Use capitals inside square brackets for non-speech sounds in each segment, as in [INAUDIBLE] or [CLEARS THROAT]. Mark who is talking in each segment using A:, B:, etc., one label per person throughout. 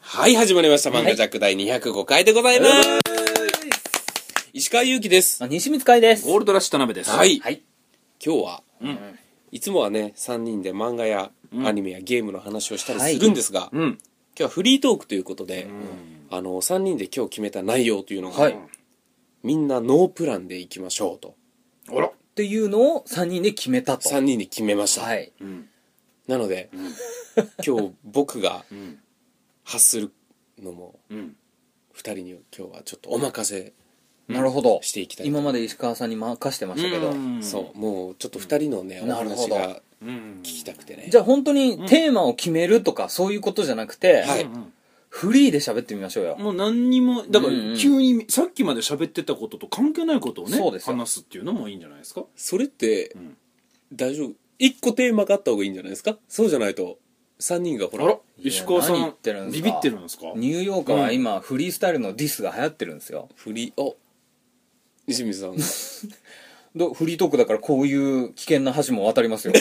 A: はい、始まりました。漫画ジャック第205回でございます。石川祐希です。
B: あ西光海です。
C: ゴールドラッシュ田辺です。
A: はい。
B: はい。
A: 今日は、
C: うん。
A: いつもはね、3人で漫画や
C: うん
A: アニメやゲームの話をしたり
B: は
A: す
B: い
A: るんですが、今
C: うん。
A: 日はフリートークということで、あの、3人で今日決めた内容というのが、
B: はい
A: みんなノープランでいきましょうと、
C: あら。
B: っていうのを3人で決めたと。
A: 3人で決めました。
B: はい。
C: うん。
A: なので、今日僕が
C: うん。
A: 発するのも、
C: うん。
A: 2人に今日はちょっとお任せ、
B: なるほど。
A: していきたいと
B: 今まで石川さんに任してましたけど。
A: そう、もうちょっと2人のね、お
B: なるほ
A: 話
B: ど
A: が
C: う。うん。
A: 聞きたくてね。
B: じゃあ本当にテーマを決めるとかそういうことじゃなくて、
A: はい
B: フリーで喋ってみましょうよ。
C: もう何にも、だから
B: うんうん
C: 急にさっきまで喋ってたことと関係ないことをね
B: そうです、よ
C: 話すっていうのもいいんじゃないですか。
A: それって
C: うん
A: 大丈夫一個テーマがあった方がいいんじゃないですかそうじゃないと3人がほ
C: あ
A: ら
C: ら、石川さ
B: 何言ってるん
C: ん、
B: です
C: ビ
B: か
C: ビってるんですか
B: ニューヨーカーは今フリースタイルのディスが流行ってるんですよ。
A: フリーあ西水さ
C: [LAUGHS]
A: ん
B: どフリートークだからこういう危険な橋も渡りますよ。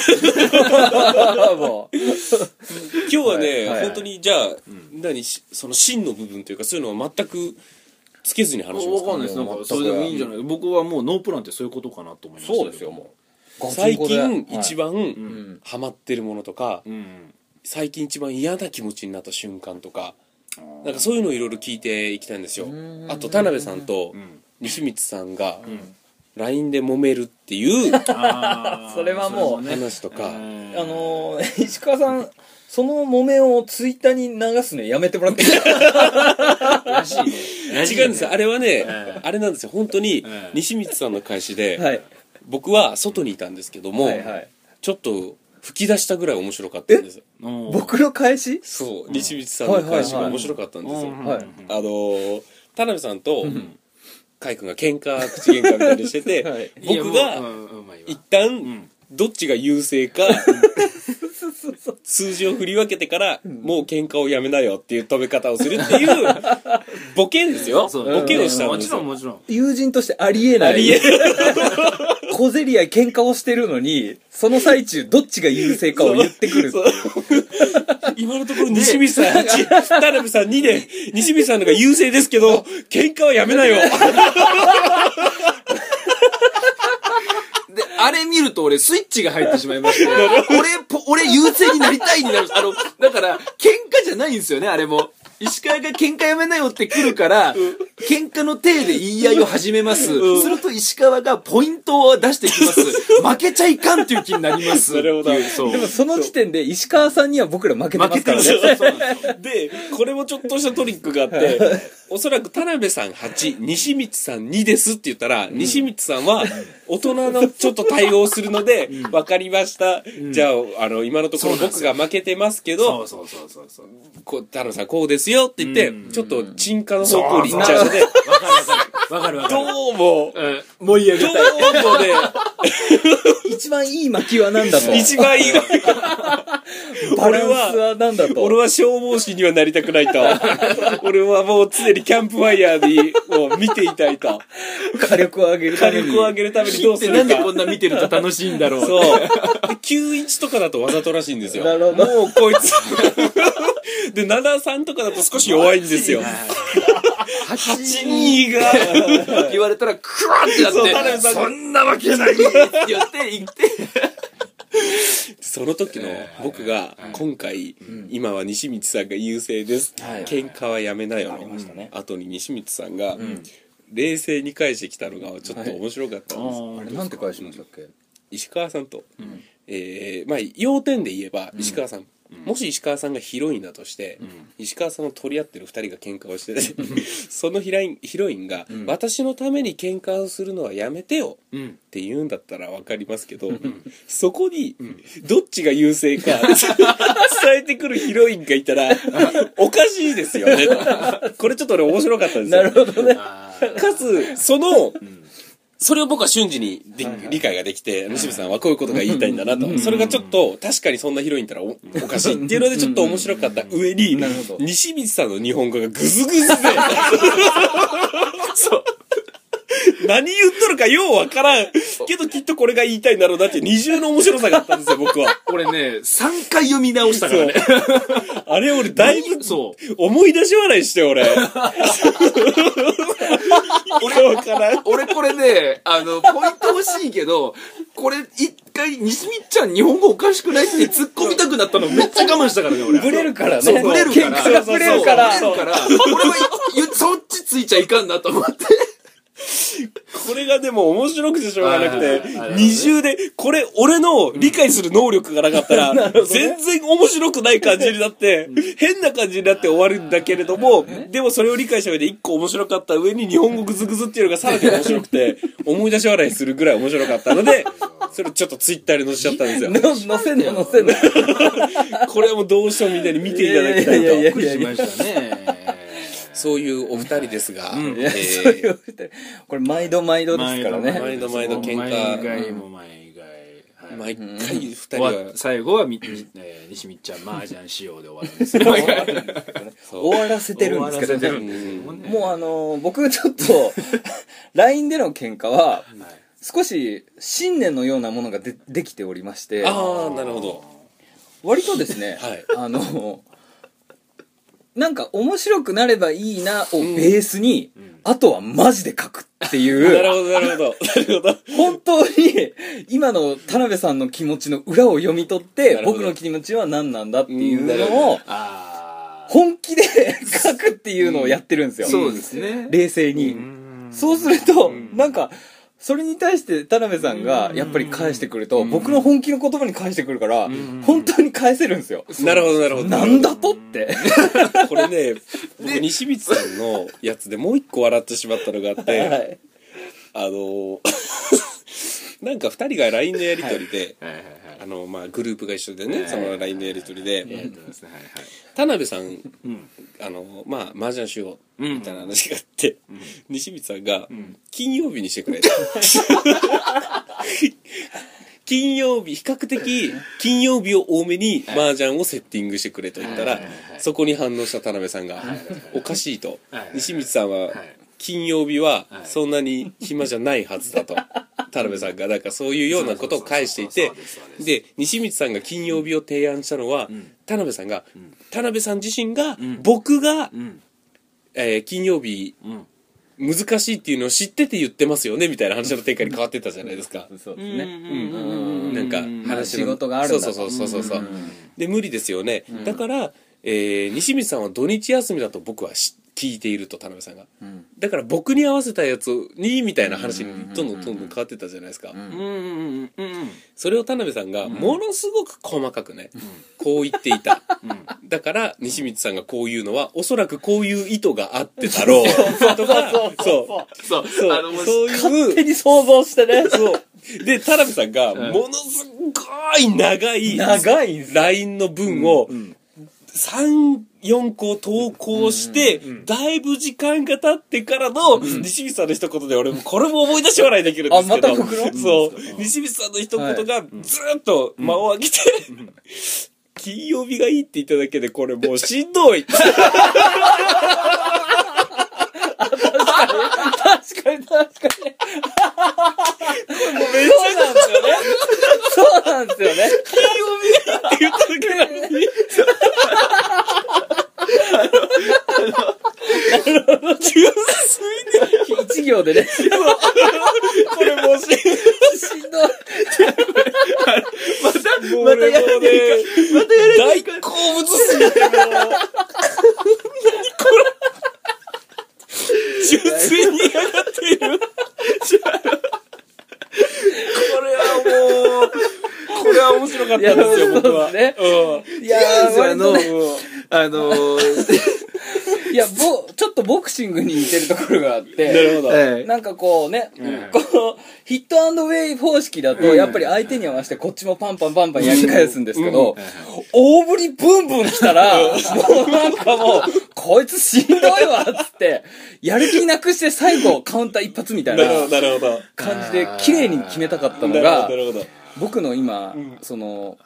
B: もう
A: 今日はね、
B: はいはい
A: 本当にじゃあ、何しその芯の部分というかそういうのは全くつけずに話します
C: わかんないです。なんか、それでもいいんじゃない僕はもうノープランってそういうことかなと思いましたけど
B: そうですよ、もう。
A: 最近一
B: 番。
A: 番、
B: ん
A: ハマってるものとか、
C: うん。
A: 最近一番嫌な気持ちになった瞬間とかなんかそういうのをいろいろ聞いていきたいんですよ
B: ん
A: あと田辺さんと
C: うん。
A: 西光さんが
C: ん
A: LINE で揉めるっていう
C: あー
B: [LAUGHS] それはもう
C: それね
A: 話とか、
C: うん
B: あのー、石川さん、その揉めをツイッターに流すのやめてもらっていいですか
C: らしいね。
A: 違うんですよあれはね、
C: ええ
A: あれなんですよ本当に
C: ええ
A: 西光さんの開始で、
B: はい。
A: 僕は外にいたんですけども、
B: はいはい。
A: ちょっと吹き出したぐらい面白かったんですよ
C: うん
B: [LAUGHS] 僕の返し
A: そう西光さんの開始が面白かったんですよ、
C: うん
B: はい
A: あのー田辺さんと海君が喧嘩口喧嘩みたいにして
C: [LAUGHS]
A: て、
B: はい
A: 僕
C: いやも
A: が
C: ううんうんまあいいわ
A: 一旦、
C: ん
A: どっちが優勢か
B: そうそう
A: 数字を振り分けてから、もう喧嘩をやめなよっていう止め方をするっ
C: [LAUGHS]
A: ていうボケですよ
C: そう
A: ボケをしたんですよ
C: もちろんもち
B: 友人としてありえない。
A: ありえ
B: 小競り合い喧嘩をしてるのに、その最中どっちが優勢かを言ってくるっていう。
A: 今のところ西見 [LAUGHS] さん1、田辺さん2で、西見さんのが優勢ですけど、喧嘩はやめなよ。
C: ろんであれ見ると俺スイッチが入ってしまいまして [LAUGHS] 俺ぽ俺優勢になりたいになるあのだから喧嘩じゃないんですよねあれも石川が喧嘩やめなよって来るから、喧嘩の体で言い合いを始めます、すると石川がポイントを出してき
A: [LAUGHS]
C: ます負けちゃいかんっていう気になります
A: なるほど
C: っていうそう
B: でもその時点で石川さんには僕ら負けてま
C: 負け
B: す
C: て
B: か
C: るんで
B: ら
C: すよ
B: ね。
C: そうなんですよ
A: [LAUGHS] で、これもちょっとしたトリックがあって、おそらく田辺さん8、西光さん2ですって言ったら、西光さんは大人のちょっと対応するので、わかりました。じゃあ、あの、今のところ僕が負けてますけ
C: そ
A: ど
C: う、そうそうそうそう
A: こう田辺さんこうですよって言って
C: う、ん
A: ちょっと沈下の方向に行っちゃうので、
C: わかるわかる
A: どうも、
C: うん盛り上
A: ど
C: げたいう
A: もね、
B: 一番いい巻きは何だと。
A: 一番いいわけ
B: バランスは何だと。
A: 俺は消防士にはなりたくない
B: [LAUGHS]
A: と。俺はもう常にキャンプファイヤーに、を見ていたいと。
B: 火力を上げるた
A: 火
B: めに。
A: 力を上げるためにどうするか。
C: なんでこんな見てると楽しいんだろう
A: そう。で、91とかだとわざとらしいんですよ。
B: なるほど
A: もうこいつ。で、73とかだと少し弱いんですよ。82が。
C: 言われたら、クワーってな
A: そう田
C: っ
A: 辺
C: て、
A: さん
C: そんなわけないって言って、言って。
A: その時の僕が今回、今は西光さんが優勢です、
B: はい
A: 喧嘩はやめなよの
B: りましたね
A: 後に西光さんが冷静に返してきたのがちょっと面白かったんです、
B: あれなんて返しましたっけ
A: 石川さんと、えーまあ要点で言えば石川さん、もし石川さんがヒロインだとして、石川さんを取り合ってる2人が喧嘩をしてて [LAUGHS] そのヒロインヒロインが、私のために喧嘩をするのはやめてよ」
C: うん。
A: って言うんだったらわかりますけど、そこに、どっちが優勢か、伝えてくるヒロインがいたら、おかしいですよね。これちょっと俺面白かったんですよ。
B: なるほどね。
A: かつ、その、それを僕は瞬時にで理解ができて、西部さんはこういうことが言いたいんだなと。それがちょっと、確かにそんなヒロインいたらおおかしいっていうのでちょっと面白かった上に
B: なるほ、ど
A: 西光さんの日本語がグズグズで、
C: そう。
A: 何言っとるかようわからん。けどきっとこれが言いたいんだろうなっていう二重の面白さがあったんですよ、僕は。
C: 俺ね、3回読み直したからね。
A: [LAUGHS] あれ俺だいぶ、
C: そう。
A: 思い出し笑いして、俺。俺わからん。
C: 俺これね、あの、ポイント欲しいけど、これ一回、西光ちゃん日本語おかしくないって突っ込みたくなったのめっちゃ我慢したからね、俺。
B: ブレるからね。
C: そう、ブレるから。
B: 喧嘩がブレるから。
C: そうブレるから。俺は、そっちついちゃいかんなと思って。
A: これがでも面白くてしょうがなくて
C: はいはいはい、
A: 二重で、これ俺の理解する能力がなかったら、全然面白くない感じになって、変な感じになって終わるんだけれども、でもそれを理解した上で一個面白かった上に日本語グズグズっていうのがさらに面白くて、思い出し笑いするぐらい面白かったので、それちょっとツイッターに載せちゃったんですよ。
B: の載せんの載せんの。
A: これもどうしてもみんなに見ていただきたい
B: いやいやいや
A: と。
B: びっくりしま
C: したね。
A: そういうお二人ですが、
B: いや、
A: えー
B: そういう二人これ毎度毎度ですからね。
A: 毎度毎度喧嘩
C: 毎回も毎回。はい
A: 毎回二人
C: 終
A: は、
C: わっ最後はみ、えー西光ちゃん麻雀しようで終わるんですね。毎
B: [LAUGHS]
C: 回
A: そう
B: 終わらせてるんですけど、
C: 終わらせてる
B: 全
C: んですよ
B: 部
C: ね
B: もうあのー、僕ちょっ
A: [LAUGHS]
B: と、LINE での喧嘩は、
C: はい
B: 少し信念のようなものがでできておりまして、
A: ああなるほど
B: 割とですね、
A: はい
B: あのー、なんか面白くなればいいなをベースに、あとはマジで書くっていう。
A: [LAUGHS] なるほどなるほどなるほど
B: 本当に今の田辺さんの気持ちの裏を読み取っ
A: な
B: て
A: るほど
B: 僕の気持ちは何なんだっていう
A: うんなる
B: の
A: ほ
B: を
C: あー
B: 本気で [LAUGHS] 書くっていうのをやってるんですよ、
C: そうですね。
B: 冷静に、
C: うん
B: そうするとなんかそれに対して田辺さんがやっぱり返してくると僕の本気の言葉に返してくるから
C: ん
B: 本当に返せるんですよ
A: なるほどなるほど
B: なんだとって
A: これね僕西光さんのやつでもう一個笑ってしまったのがあって、
B: はい
A: あのー [LAUGHS] なんか二人が LINE のやりとりで、
C: はいはいはい。
A: あのまあ、グループが一緒でね、
C: い
A: その LINE のやりとりで、
C: ありがとうございますね。はいはい。
A: 田辺さん
C: うん。
A: あのまあ麻雀しよう
C: うん
A: みたいな話があって、西光さんが、
C: ん
A: 金曜日にしてくれ」金曜日比較的金曜日を多めに麻雀をセッティングしてくれと言ったら、
C: はいはいはいはい
A: そこに反応した田辺さんが、おかしいと、
C: はいはい
A: 西光さんは、
C: はい
A: 金曜日は
C: はい
A: そんなに暇じゃないはずだと田辺さんがなんかそういうようなことを返していて
C: そうそうそうそうです
A: で西光さんが金曜日を提案したのは、田辺さんが、田辺さん自身が、
C: ん
A: 僕が、
C: うん。
A: えー金曜日
C: うん。
A: 難しいっていうのを知ってて言ってますよねみたいな話の展開に変わってたじゃないですか
B: そうですね
A: うんなんか話の、
B: まあ仕事があるん
A: そ
B: だ
A: うそうそうそうそうで無理ですよね、だから、えー西光さんは土日休みだと僕はし聞いていると田辺さんが、
B: ん
A: だから僕に合わせたやつにみたいな話にどんどんどんどん変わってったじゃないですか、
C: うんうんうんうん。
A: それを田辺さんがものすごく細かくね、こう言っていた、だから西光さんがこういうのはおそらくこういう意図があってだろうとかそう
C: そう、
A: そう
C: あの、もう
A: そういう
B: 手に想像してね
A: そう。で、田辺さんが、
C: ん
A: ものすごい長い、
B: 長いんす
A: LINE の文を、3、4個投稿して、だいぶ時間が経ってからの、西光さんの一言で、俺も、これも思い出し笑いできるんですけど。
B: あまた僕の
A: そう。西光さんの一言が、ずーっと間を空けて、金曜日がいいって言っただけで、これもうしん [LAUGHS] どい。
B: 確かに確かに
A: めっちゃなんですよね。
B: そうなんですよね
A: 金曜日がいいって言っただけなの [LAUGHS] に。 [LAUGHS] 純粋に
B: 一行でね
A: これもうし
B: しんど
A: も
B: い
A: う俺もうね大好物すぎてもう何これ純粋に嫌がっているこれはもうこれは面白かったんです
B: いや
A: よ僕は
B: そうでいや
C: 違うんですよ
B: ー、割とね、
C: あのー、
B: いや、ぼ、ちょっとボクシングに似てるところがあっ
A: うんな
B: て、
A: るほど、
C: はい
B: なんかこうね、
C: ん
B: こう、ヒットアンドウェイ方式だと、やっぱり相手に合わせてこっちもパンパンパンパンやり返すんですけど、大振りブンブン来たら、もうなんかもう、こいつしんどいわっつって、やる気なくして最後カウンター一発みたい
A: なるほど
B: な
A: なるほど
B: 感じで、綺麗に決めたかった
A: [LAUGHS] な
B: の
A: るほど
B: が
A: な、るほど
B: 僕の今
A: ん、
B: その、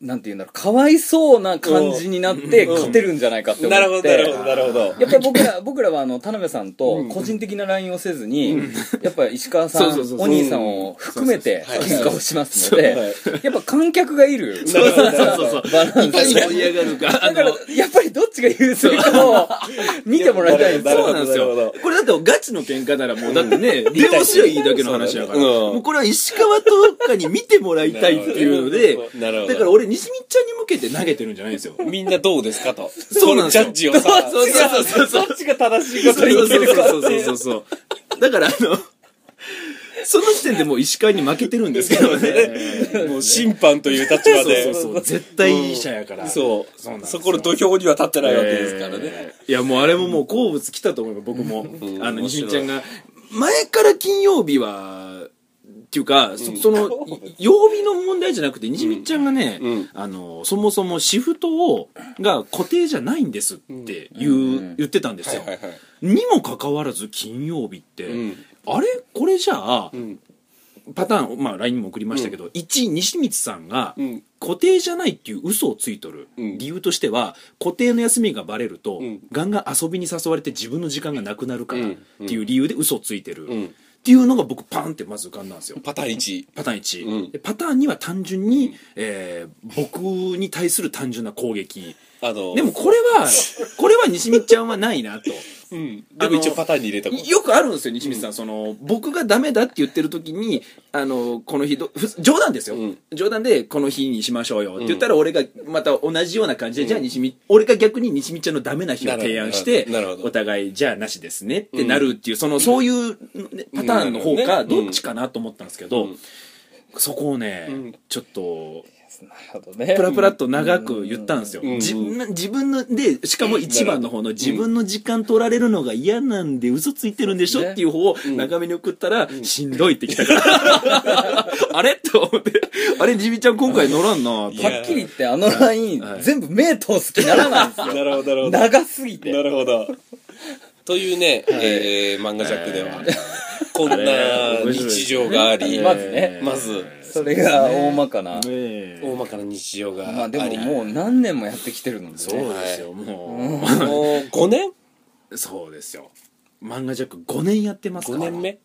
B: なんていうんだろう、かわいそうな感じになって、勝てるんじゃないかって思って。
A: なるほどなるほどなるほど
B: やっぱり僕ら、僕らはあの、田辺さんと個人的な LINE をせずに、やっぱ石川さ
C: そうそうんそ、う
B: お兄さんを含めて
A: そうそう
B: 喧
A: そう
B: 嘩をしますので、やっぱ観客がいる。
A: なるほどなるほど
C: そうそう
B: バランス。
C: 何盛り上がるか。あ
B: だから
C: の、
B: やっぱりどっちが優勢かを見てもらいたいんです
A: なる
B: よ。
A: ほ
C: そ
A: ど
C: うなんです
A: なる
C: よ
A: ほ。
C: これだってガチの喧嘩ならもう、だってね、電話すりゃいいだけの話だから。
A: うん
C: もうこれは石川とかに見てもらいたいっていうので、
A: なるほど
C: だから俺、西見ちゃんに向けて投げてるんじゃないんですよ。
A: みんなどうですかと
C: そうなんですよ
A: ジャッジをさ
C: そうそうそうそう
A: どっちが正しいこ
C: そ
A: と
C: う
A: に
C: そう
A: 言ってるか
C: そうそうそうそうそう。だからあの、その時点でもう石川に負けてるんですけどね。
A: もう審判という立場
C: そう
A: で
C: そうそう。絶対医者やから。
A: そう
C: そうなんです
A: そ
C: よ
A: この土俵には立ってないわけですからね、
C: えーいやもうあれももう好物来たと思います僕も
A: ん
C: あの
A: 面白
C: 西
A: い
C: 見ちゃんが前から金曜日はっていうかそそのい曜日の問題じゃなくて西見ちゃんがね、
A: うん
C: あのそもそもシフトをが固定じゃないんですって言う、
B: うん
C: 言ってたんですよ、
A: はいはいはい
C: にもかかわらず金曜日って、
A: うん
C: あれこれじゃあ、
A: うん
C: パターンを、まあ、LINE にも送りましたけど、1西光さんが
A: うん
C: 固定じゃないっていう嘘をついとる
A: うん
C: 理由としては、固定の休みがバレると、
A: うん
C: ガンガン遊びに誘われて自分の時間がなくなるから
A: う
C: っ
A: ん
C: ていう理由で嘘をついてる、
A: う
C: っ
A: ん
C: ていうのが僕パーンってまず浮かんだんですよ。
A: パターン1
C: パターン1、
A: うん
C: でパターン2は単純に、えー僕に対する単純な攻撃
A: あの
C: でもこれはこれは西光ちゃんはないなと。
A: うんでも一応パターンに入れたこと
C: よくあるんですよ西光さん、その僕がダメだって言ってる時にあのこの日どふ冗談ですよ、
A: うん
C: 冗談でこの日にしましょうよって言ったら俺がまた同じような感じで、じゃあ西光俺が逆に西光ちゃんのダメな日を提案して
A: なるほど
C: お互いじゃあなしですねってなるっていう、そのそういうねパターンの方
A: な
C: か
A: るほどね
C: どっちかなと思ったんですけど、
A: うん
C: そこをね、
A: ん
C: ちょっと
B: なるほどね
C: プラプラっと長く言ったんですよ、
A: うん
C: 自分の自分のでしかも一番の方の自分の時間取られるのが嫌なんで嘘ついてるんでしょっていう方を長めに送ったら、しんどいってきたから
A: [LAUGHS]
C: あれと思ってあれじみちゃん今回乗らんなと
A: いや
B: はっきり言ってあのライン
C: はい
B: 全部目通す気ならないんですよ
A: なるほどなるほど
B: 長すぎ
A: な
B: て
A: るほど。というね、えー、漫画ジャックでは、こんな日常があり、
B: まずね
A: まず、
B: それが大まかな
A: 大まかな日常があり、
B: まあでももう何年もやってきてるので
C: そう
B: ね
C: ですよもう、
A: もう5年
C: そうですよ漫画ジャック5年やってますか
A: ?5
C: ら
A: 年目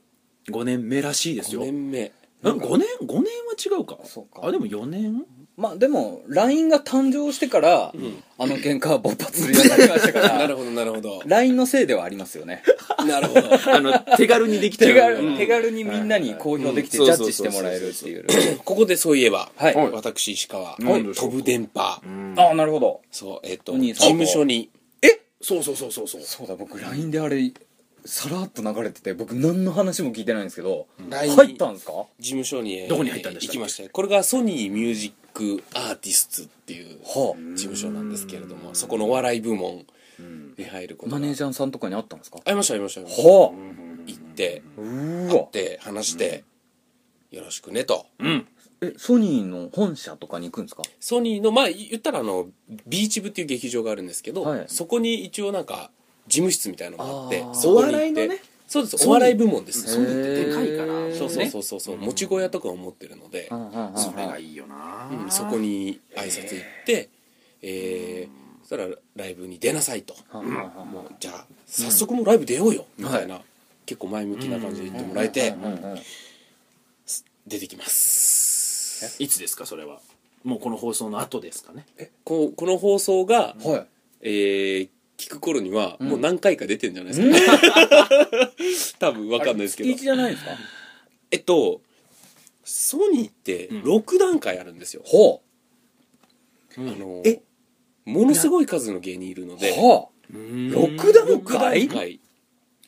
C: 5年目らしいですよ
A: ?5 年目。
C: 5年 ,5 年は違うか
B: そうか
C: あでも4年
B: まあでも LINE が誕生してからあの喧嘩は勃発するようになりましたか
A: [LAUGHS] な
B: ら
A: るほど、なるほど。
B: LINE のせいではありますよね
A: なるほど。
C: あの手軽にできちゃう
B: 手
C: うん
B: 軽手軽にみんなに公表できて
C: うん
B: ジャッジしてもらえるっていう
A: ここでそういえば、
B: はい
A: 私、石川、
C: 何でしょ
A: 飛
C: う
A: ぶ電波、
B: ああなるほど
A: そう、えっ、と、
B: お
A: 事
B: 兄さん
A: 務所に、
C: そうそうそうそうそう
B: そうだ僕 LINE であれさらっと流れてて僕何の話も聞いてないんですけど
A: LINE
B: 入ったんですかは
A: 事務所に、えー
C: どこに入ったんでしたっ
A: 行
C: け
A: きましたよこれがソニーミュージックアーティストっていう
B: あ
A: 事務所なんですけれども、そこのお笑い部門に入ることが
B: マネージャーさんとかに会ったんですか
A: 会いました会いました会いました
B: は
A: 行って
B: あう
A: 会
B: わ
A: って話して、よろしくねと
C: うん
B: えソニーの本社とかに行くんですか
A: ソニーのまあ言ったらあのビーチ部っていう劇場があるんですけど、
B: はい
A: そこに一応なんか事務室みたいなのがあって
B: あー
A: そこに行っ
C: お
A: て
C: 笑いのね
A: そうですお笑い部門です
B: ソニーってでかいから
A: へーそうそうそううそうそう持ち小屋とかを持ってるので、
C: それがいいよな
A: うんそこに挨拶行ってえーそしたらライブに出なさいと、もうじゃあ早速もうライブ出ようよみたいな、結構前向きな感じで言ってもらえて、出てきます
C: いつですかそれはもうこの放送の後ですかね
A: ここの放送が、
B: は
A: え
B: い
A: ー聞く頃にはもう何回か出てるんじゃないですか、多分分かんないですけど
B: 月一じゃないんですか
A: えっとソニーって6段階あるんですよ、
B: ほ
A: あの
B: え
A: ものすごい数の芸人いるの
B: う
A: で
B: は
C: 6
B: 6段
A: 六段
B: 階
A: 階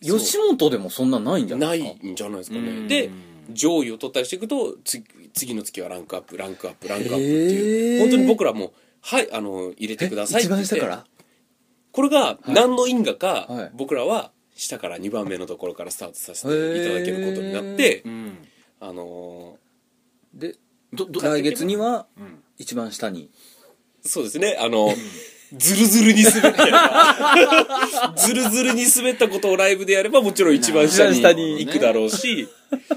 A: そう
B: 吉本でもそんなないんじゃ
A: な
B: ない
A: い
B: ですか
A: んじゃないですか
C: う
A: ね
C: ん
A: で上位を取ったりしていくと次次の月はランクアップランクアップランクアップって
B: へ
A: い
B: ー
A: う本当に僕らも「はいあの入れてください」
B: 一
A: って言
B: 番
A: って
B: 下から
A: これが何の因果か、
B: はい
A: 僕らは下から2番目のところからスタートさせていただけることになって、
C: うん
A: あの
B: で
C: どど
B: 来月には
C: ん
B: 一番下に
A: ーそうですねあのズルズルに滑ってやれ
B: [LAUGHS]
A: ばズルズルに滑ったことをライブでやればもちろん一番下
B: 一番下に
A: に行くだろうし、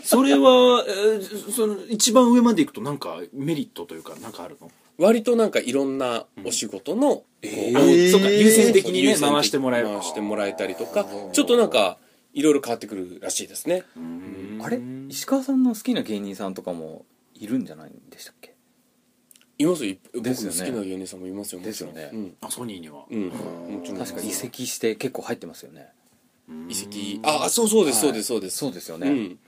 C: それはえーその一番上まで行くとなんかメリットというかなんかあるの
A: 割となんかいろんなお仕事の、こう
C: あそうか優先的に
A: 優
C: ね
A: 先的に
C: 回してもらえる
A: 回してもらえたりとかちょっとなんかいろいろ変わってくるらしいですね
B: あれ石川さんの好きな芸人さんとかもいるんじゃないんでしたっけ
A: いますよ僕
B: ですよ
A: 好
B: ね
A: きな芸人さんもいますよもちろん
B: ですよ
A: うん
C: あソニーには
A: うんもちろん
B: 確か移籍して結構入ってますよね
A: 遺跡ああそうそうですそうですそうです
B: そうですよ
A: う
B: ね
A: ん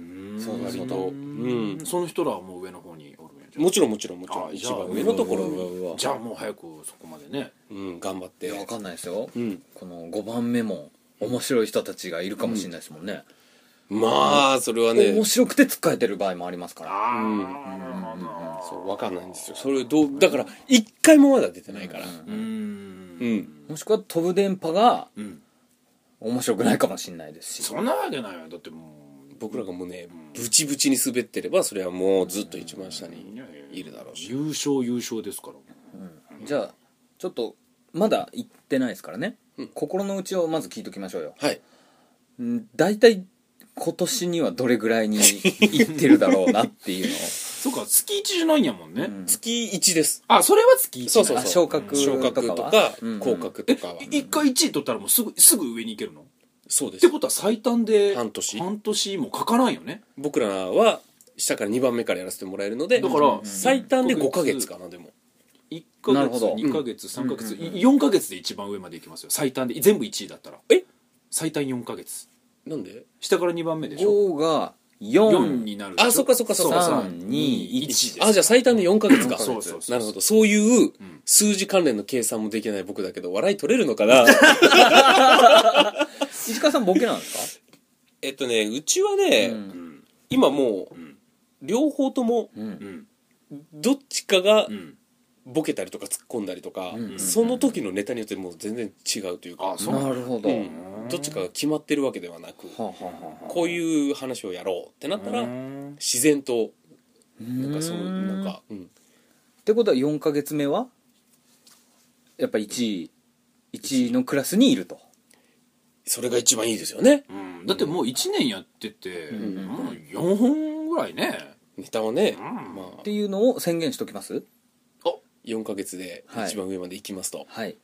B: そうなるほ
A: と
B: ど
A: うん
C: その人らはもう上の方におるんやじゃあ
A: もちろんもちろんもちろ
C: あ
A: ん一
C: じゃあ
A: 番上のところ
B: うわ
A: に
B: うわうわ
C: じゃあもう早くそこまでね
A: うん頑張っ
B: い
A: て
B: やわかんないですよ
A: うん
B: この5番目も面白い人たちがいるかもしれないですもんね
A: まあそれはね
B: 面白くて使えてる場合もありますから
C: あ
A: そうわかんないんですよそれどうだから一回もまだ出てないから
C: うーん
A: うん
B: もしくは飛ぶ電波が
C: うん
B: 面白くないかもしれないですし
C: そんなわけないよだってもう
A: 僕らがもうねブチブチに滑ってればそれはもうずっと一番下にいるだろうし
C: 優勝優勝ですから
B: じゃあちょっとまだ行ってないですからね心の内をまず聞いときましょうよ
A: はい
B: うん大体今年にはどれぐらいに行ってるだろうなっていうのを [LAUGHS]
C: そうか月1じゃないんやもんね、
A: 月1です
C: あそれは月1
A: そうそう
B: あ
A: そう
B: 昇格
A: 昇格と
B: とかは
A: か
B: うんうん
A: 降格とかは
C: 一回1位取ったらもうすぐすぐ上に行けるのっ
A: そうです
C: てことは最短で
A: 半年
C: 半年もかからんよね
A: 僕らは下から2番目からやらせてもらえるので
C: だから
A: 最短で5ヶ月かなでも
C: 1
B: な
C: ヶ
B: るほ
C: 月
B: ど
C: 2ヶ月3ヶ月、4ヶ月で一番上まで行きますよ最短で全部1位だったら
A: え
C: 最短4ヶ月
A: なんで
C: 下から2番目でしょ
B: 5が
C: 4
B: 4
C: になる
A: あそっかそっかそっか
B: 3 2 1
C: 1
A: あじゃあ最短で4ヶ月か
C: そうそうそう
A: なるほどそういうん数字関連の計算もできない僕だけど笑い取れるのかな
B: 石川さんボケなんです
A: [LAUGHS] えっとねうちは
B: か、
A: ね、
B: うん
A: 今もう、
C: ん
A: 両方とも
B: うん
C: うん
A: どっちかが
C: うん
A: ボケたりとか突っ込んだりとか、
B: うん
A: その時のネタによってもう全然違うというか
C: あ、そう
B: なるほど、
A: うんどっちかが決まってるわけではなく、
B: はあはあはあ
A: こういう話をやろうってなったら、
C: うん
A: 自然と
B: な
A: なんかそのなんか、うん
B: ってことは4か月目はやっぱ1位1位のクラスにいると
A: それが一番いいですよね
C: うんだってもう1年やってて、
B: ん
C: もう4本ぐらいね
A: ネタはね、
C: うん
A: ま
B: っ
A: あ
B: ていうのを宣言しときます
A: 4ヶ月で一番上まで行きますと、
B: はい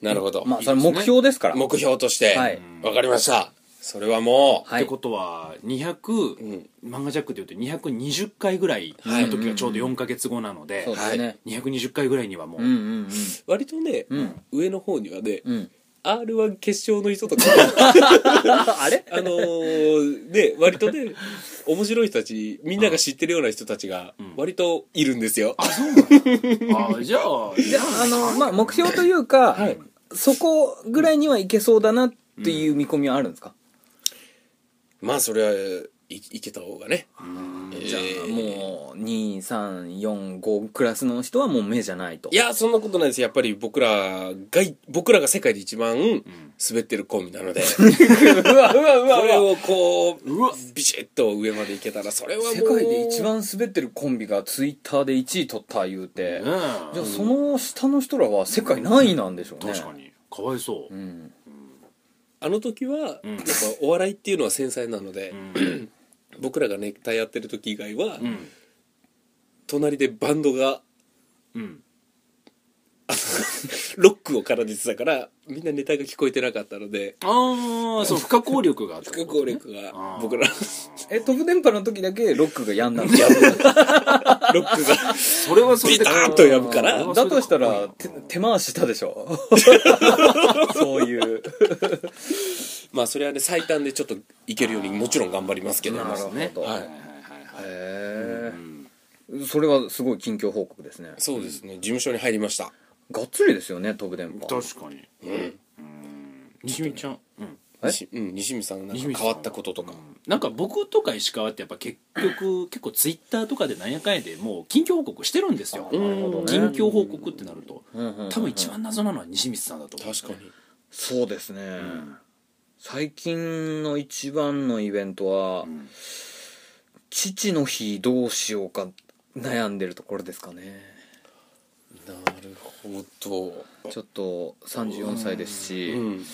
A: なるほど、
B: まあそれ目標ですから
A: 目標として、
B: は
A: わ
B: い
A: かりましたそれはもう、
B: は
C: っ
B: い
C: てことは200、
A: うん
C: 漫画ジャックで言うと220回ぐらいの時がちょうど4か月後なので、
B: そうですね、
A: はい
C: 220回ぐらいにはもう、
B: うんうん
A: 割とね、
B: うん
A: 上の方にはね、
B: うんうん
A: r 1決勝の人
B: [LAUGHS]
A: とか
B: あれ
A: あのーね割とね面白い人たちみんなが知ってるような人たちが
C: ん
A: 割といるんですよ、
C: あじゃあ
B: じゃああのまあ目標という [LAUGHS] か、
A: はい
B: そこぐらいにはいけそうだなっていう見込みはあるんですか、
A: まあそれはい、いけた方がね、えー
B: じゃあもう2345クラスの人はもう目じゃないと
A: いやそんなことないですやっぱり僕らが僕らが世界で一番滑ってるコンビなので、
B: うわうわ [LAUGHS] う
A: これをこう
C: うわ
A: ビシッと上までいけたらそれはもう
B: 世界で一番滑ってるコンビがツイッターで1位取った言うて、
C: ね
B: じゃあその下の人らは世界何位なんでしょうね
C: 確かにかわいそう、
B: うん
A: あの時は、
C: ん
A: やっぱお笑いっていうのは繊細なので、
C: うん
A: 僕らがネクタイやってる時以外は、
C: うん
A: 隣でバンドが
C: うん
A: ロックを奏でてたからみんなネタが聞こえてなかったので
C: ああそう不可抗力があった
B: [LAUGHS]
A: 副攻力が
C: あー
A: 僕ら
B: え飛ぶ電波の時だけロックがやんだん
A: ロックが [LAUGHS]
C: それはそれ
A: ビ
C: で
A: ターンとやむから
B: だとしたら手手回ししたでしょそういう
A: まあそれはね最短でちょっといけるようにもちろん頑張りますけど
B: なるほど
C: ね
A: はい
B: へ
C: はい
B: えそれはすごい近況報告ですね
A: そうですね事務所に入りました
B: がっつりですよね飛ぶ電波
C: 確かに
A: うん
C: 西見ちゃん、うん
B: え
A: 西うん西見さんのなんか変わったこととか
C: なんか僕とか石川ってやっぱ結
B: [LAUGHS]
C: 局結構ツイッターとかでなんやかんやでもう近況報告してるんですよ
B: なるほどね
C: 近況報告ってなると
B: うんうんうん
C: 多分一番謎なのは西光さんだと思う
A: 確かに
B: そうですね、最近の一番のイベントは、
C: ん
B: 父の日どうしようか悩んでるところですかね
A: なるほど
B: ちょっと34歳ですし、
A: うん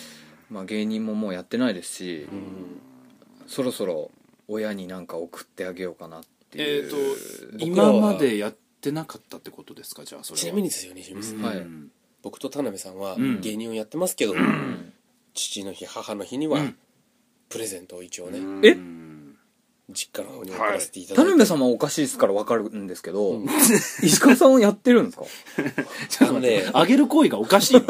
B: まあ、芸人ももうやってないですし、
A: うん
B: そろそろ親になんか送ってあげようかなっていう、
C: えーと
A: 僕らは
C: 今までやっってなかったってことですかじゃあそれは
A: ちなみにですよ西見さん、
B: はい
C: うん
A: 僕と田辺さんは
C: ん
A: 芸人をやってますけど、父の日母の日にはプレゼントを一応ね、
B: え
C: うん
A: 実家の方に送らせていた
B: 田
A: だいて、
B: 辺様おかしいですから分かるんですけど、
A: うん
B: 石川さんはやってる
C: [LAUGHS]
B: んですか
C: ちょっと待っ
A: あの
C: て
A: ね
C: あげる行為がおかしいの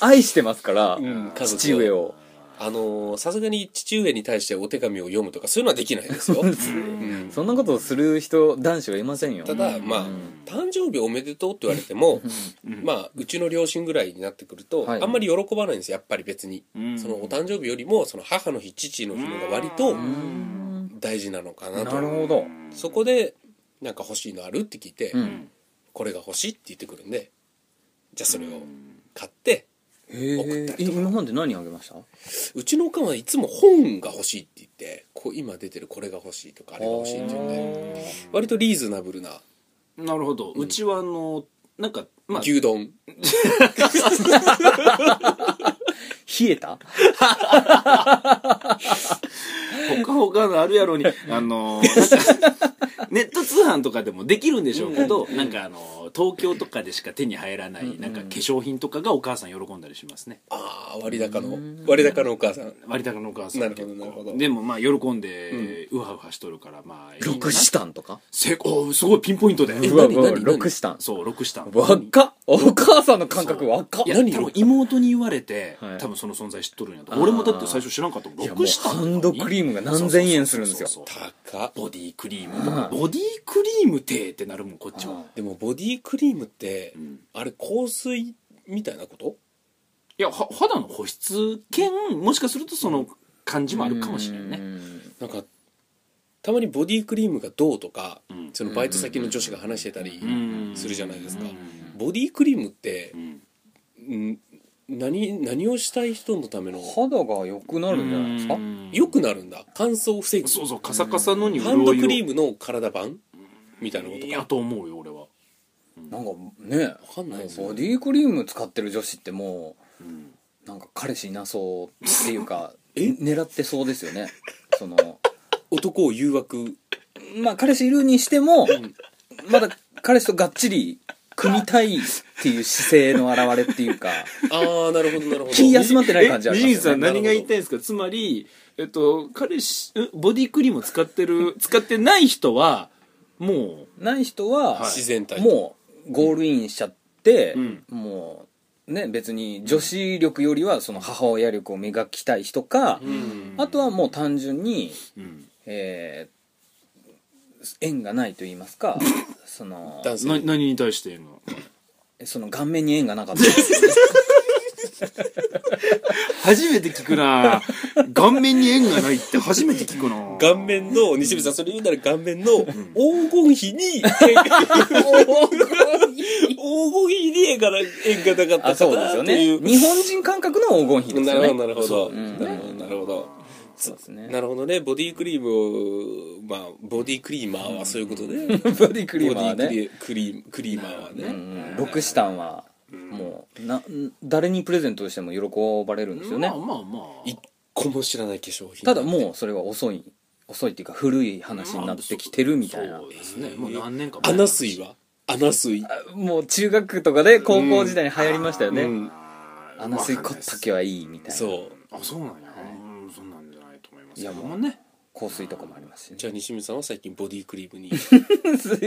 B: 愛してますから、
A: うん家族を
B: 父上を。
A: あのーさすがに父上に対してお手紙を読むと [LAUGHS] かそういうのはできないですよ、うん
B: そんなことをする人、男子はいませんよ。
A: ただまあ、誕生日おめでとうって言われても、まあうちの両親ぐらいになってくると、
B: はい
A: あんまり喜ばないんですやっぱり別に、
C: うん
A: そのお誕生日よりもその母の日父の日のが割と
B: うん
A: 大事なのかなと
B: なるほど。
A: そこでなんか欲しいのあるって聞いて、
B: うん。
A: これが欲しいって言ってくるんでじゃあそれを買って
B: へ
A: 送っ
B: え
A: た。
B: え今まで何あげました
A: うちのおかんはいつも本が欲しいって言ってこう今出てるこれが欲しいとかあれが欲しいって言って割とリーズナブルな
C: なるほどうちはあのなんかまあ
A: 牛丼
B: 冷えた
C: ほかほかのあるや
B: [LAUGHS]
C: ろに、あのー、なんかネット通販とかでもできるんでしょうけど、なんかあのー、東京とかでしか手に入らない、なんか化粧品とかがお母さん喜んだりしますね。
A: ああ割高の割高のお母さん
C: 割高のお母さん
A: なるほどなるほど
C: でもまあ喜んで、うはうはしとるから、まあ、
B: ロクシタンとか
C: 成功すごいピンポイントで。
B: うわう
A: 何
B: わ、
A: 何
B: ロクシタン。
C: そう、6したん。
B: 若っお母さんの感覚若っ
C: いや、
A: 何
C: 多分妹に言われて、
B: はい
C: 多分その存在知っとるんやと。
B: あー
C: 俺もだって最初知らんかったもん。
B: いや
C: 6したんとかに
B: もうハンドクリームが何千円するんですよ
C: そうそうそうそう
A: 高っ
C: ボディクリームと
B: う
C: か、
B: ん
C: ボディクリームてってなるもん、こっちは。
A: でもボディクリームって、
C: ん
A: あれ香水みたいなこと
C: いや、は肌の保湿兼、もしかするとその感じもあるかもしれないね。
B: ね。
A: なんかたまにボディクリームがどうとか、
C: うん
A: そのバイト先の女子が話してたり
C: うん
A: するじゃないですか、
C: うん
A: ボディクリームって
C: う、ん
A: ん何何をしたい人のための
B: 肌が良くなるんじゃないですか
A: 良くなるんだ乾燥を防ぐ
C: そうそう、カサカサのに
A: ハンドクリ
C: ム
A: ームの体版みたいなこと
C: や
A: か
C: と思うよ、俺は。
B: なんかね
A: かんないですよ
B: ボディクリーム使ってる女子っても
C: うん
B: うなんか彼氏いなそうってい
A: [LAUGHS]
B: うか狙ってそうですよねその
A: 男を誘惑
B: まあ彼氏いるにしてもまだ彼氏とがっちり組みたいっていう姿勢の表れってい
A: [LAUGHS]
B: うか
A: ああなるほどなるほど
B: 気休まってない感じありますよ
C: え
B: ね
C: 西口さん何が言いたいんですかつまり、えっと、彼氏、んボディクリームを使ってる、 [LAUGHS] 使ってない人は、も
B: ない人は、
C: はい
A: 自然体
B: もうゴールインしちゃって、
C: うん
B: もうね別に女子力よりはその母親力を磨きたい人か、
A: う
C: う、
A: ん
B: あとはもう単純に
C: うん、
B: えー縁がないと言います
A: [LAUGHS]
B: かその
A: 男性
C: な何に対して言うの
B: その顔面に縁が
A: [LAUGHS]
B: なかった
C: 初めて聞くな顔面に縁がないって初めて聞 [LAUGHS] くな
A: 顔面の西部さんそれ言うなら顔面の黄金比に黄金比に縁がな縁がなか
B: あ
A: った
B: そう
A: か
B: です
A: な
B: よ
A: ってい
B: ね
A: う
B: 日本人感覚の黄金比です
A: なる
B: よ
A: ほどな
B: ね
A: るほど
B: ん
A: なるほどなるほど
B: そうですね
A: なるほどねボディクリームをまあボディクリーマーはそういうことで
B: ボディクリーマーは
A: ボデ
B: ね
A: ィクリークリーマーはね、
B: うんロクシタンはもうな誰にプレゼントしても喜ばれるんですよね
C: まあまあまあ
A: 一個も知らない化粧品
B: ただもうそれは遅い遅いっていうか古い話になってきてるみたいな
C: そうですねもう何年か前
A: 穴水は穴水
B: もう中学とかで高校時代に流行りましたよね、
A: うん
B: 穴水こったけはいいみたいな
A: そ
C: あそうなんや、うんそんなんじゃないと思います
B: いやもう
C: うね
B: 香水とかもありますし [LAUGHS] ね
A: うじゃあ西村さんは最近ボディクリームに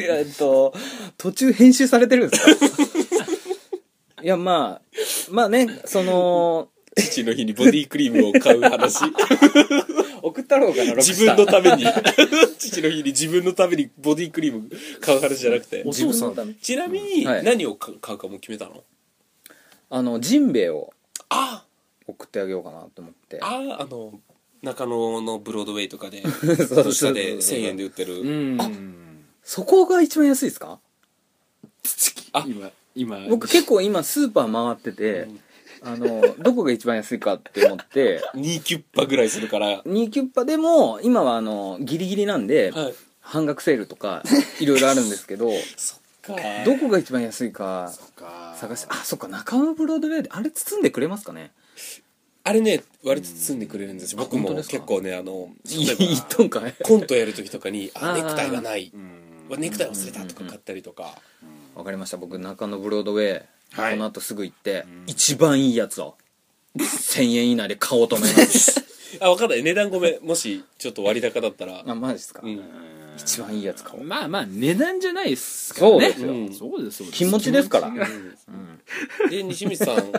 B: えっと、途中編集されてるんですか [LAUGHS] いや、まあ、まあね、その、
A: 父の日にボディクリームを買う話
B: 送ったろうかな、
A: 自分のために [LAUGHS] 父の日に自分のためにボディクリーム買う話じゃなくて
C: お父さん
B: ため。
A: ちなみに
B: はい
A: 何をか買うかもう決めたの
B: あの、ジンベエを
A: あ
B: 送ってあげようかなと思って。
A: ああの中野のブロードウェイとかで
B: [LAUGHS] そうそうそう
A: 下で1000円で売ってる、
C: うん
B: そこが一番安いですか
A: あ
C: 今今
B: 僕結構今スーパー回ってて、あの、どこが一番安いかって思って、
A: 2キュッパぐらいするから、は
B: 2キュッパでも、今はあの、ギリギリなんで、
A: い、
B: 半額セールとか、いろいろあるんですけど、
A: そっか
B: どこが一番安いか、
C: か
B: 探してあそっか中野ブロードウェイであれ包んでくれますかね
A: あれね割と包んでくれるんですよ
B: うん
A: 僕
B: あ本
A: も
B: 当ですか
A: 結構ねあの
B: い
A: 例えば
B: いとんかい
A: コントやる時とかに
B: あ
A: あ
B: ー
A: ネクタイがない
C: うん
A: わネクタイ忘れたとか買ったりとか、
B: わかりました僕中野ブロードウェイ、
C: はい
B: この後すぐ行って、一番いいやつを1000円以内で買おうと思います
A: あ分かんない値段ごめんもしちょっと割高だったら、
B: あマジですか、
A: うん、
B: 一番いいやつ買おう
C: まあまあ値段じゃないですからね
B: そう
A: です
C: よ、そうですそうです
B: 気持ちですから
A: で西光さん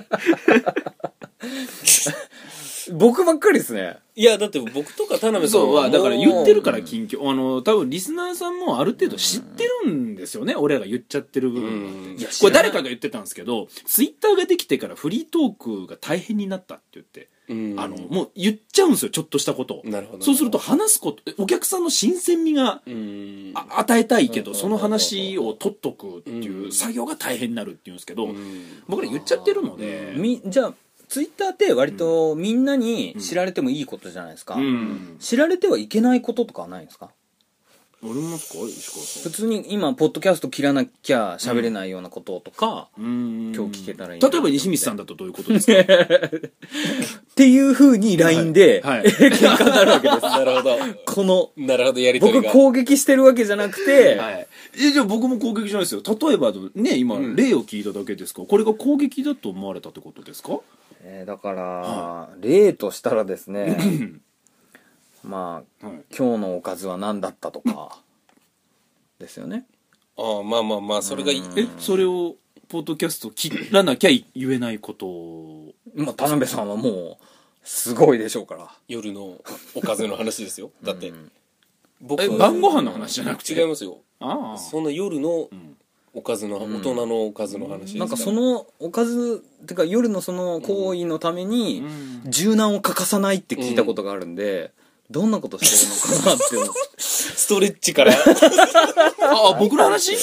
B: 僕ばっかりですね
A: いやだって僕とか田辺さん
C: そうは
A: は
C: だから
A: もう
C: 言ってるから近況あの多分リスナーさんもある程度知ってるんですよね、俺らが言っちゃってる部分があって
A: うん
B: い
C: こ
B: や
C: れ
B: 知らな
C: 誰かが言ってたんですけどツイッターができてからフリートークが大変になったって言って、
A: うん
C: あのもう言っちゃうんですよちょっとしたことを
A: なるほど
C: そうすると話すことえお客さんの新鮮味が
A: うん
C: あ与えたいけど、
B: うん
C: その話を取っとくっていううん作業が大変になるっていうんですけど、
A: うん
C: 僕ら言っちゃってるので、
B: みじゃあツイッターって割とみんなに知られてもいいことじゃないですか、
C: うん、
B: 知られてはいけないこととかはないんですか
C: 俺もですか石川さ
B: 普通に今ポッドキャスト切らなきゃ喋れないようなこととか、
C: んうん
B: 今日聞けたらいいな
C: 例えば西光さんだとどういうことですか
B: っていうふうに LINE で、
C: [LAUGHS] はい
B: 喧嘩になるわけです
A: なるほど
B: この
A: なるほどやりとり
B: 僕
A: が
B: 攻撃してるわけじゃなくて、
C: はい、えじゃあ僕も攻撃じゃないですよ例えばね今、
A: ん
C: 例を聞いただけですかこれが攻撃だと思われたってことですか
B: えーだから、例としたらです [CLEARS THROAT] ねまあ
C: はい
B: 今日のおかずは何だったとか [LAUGHS] ですよね
A: ああまあまあまあそれがいい
C: えそれをポッドキャスト切らなきゃい言えないことを
B: まあ田辺さんはもうすごいでしょうから
A: 夜のおかずの話ですよだって僕
C: え晩ご飯の話じゃなくて
A: 違いますよ
C: ああ
A: そんな夜の
C: ん
A: おかずの大人のおかずの話です
B: なんかそのおかずてか夜のその行為のために
C: ん
B: 柔軟を欠かさないって聞いたことがあるんで、どんなことしてるのかなって思って
A: [LAUGHS] ストレッチから
C: [LAUGHS] ああ僕の話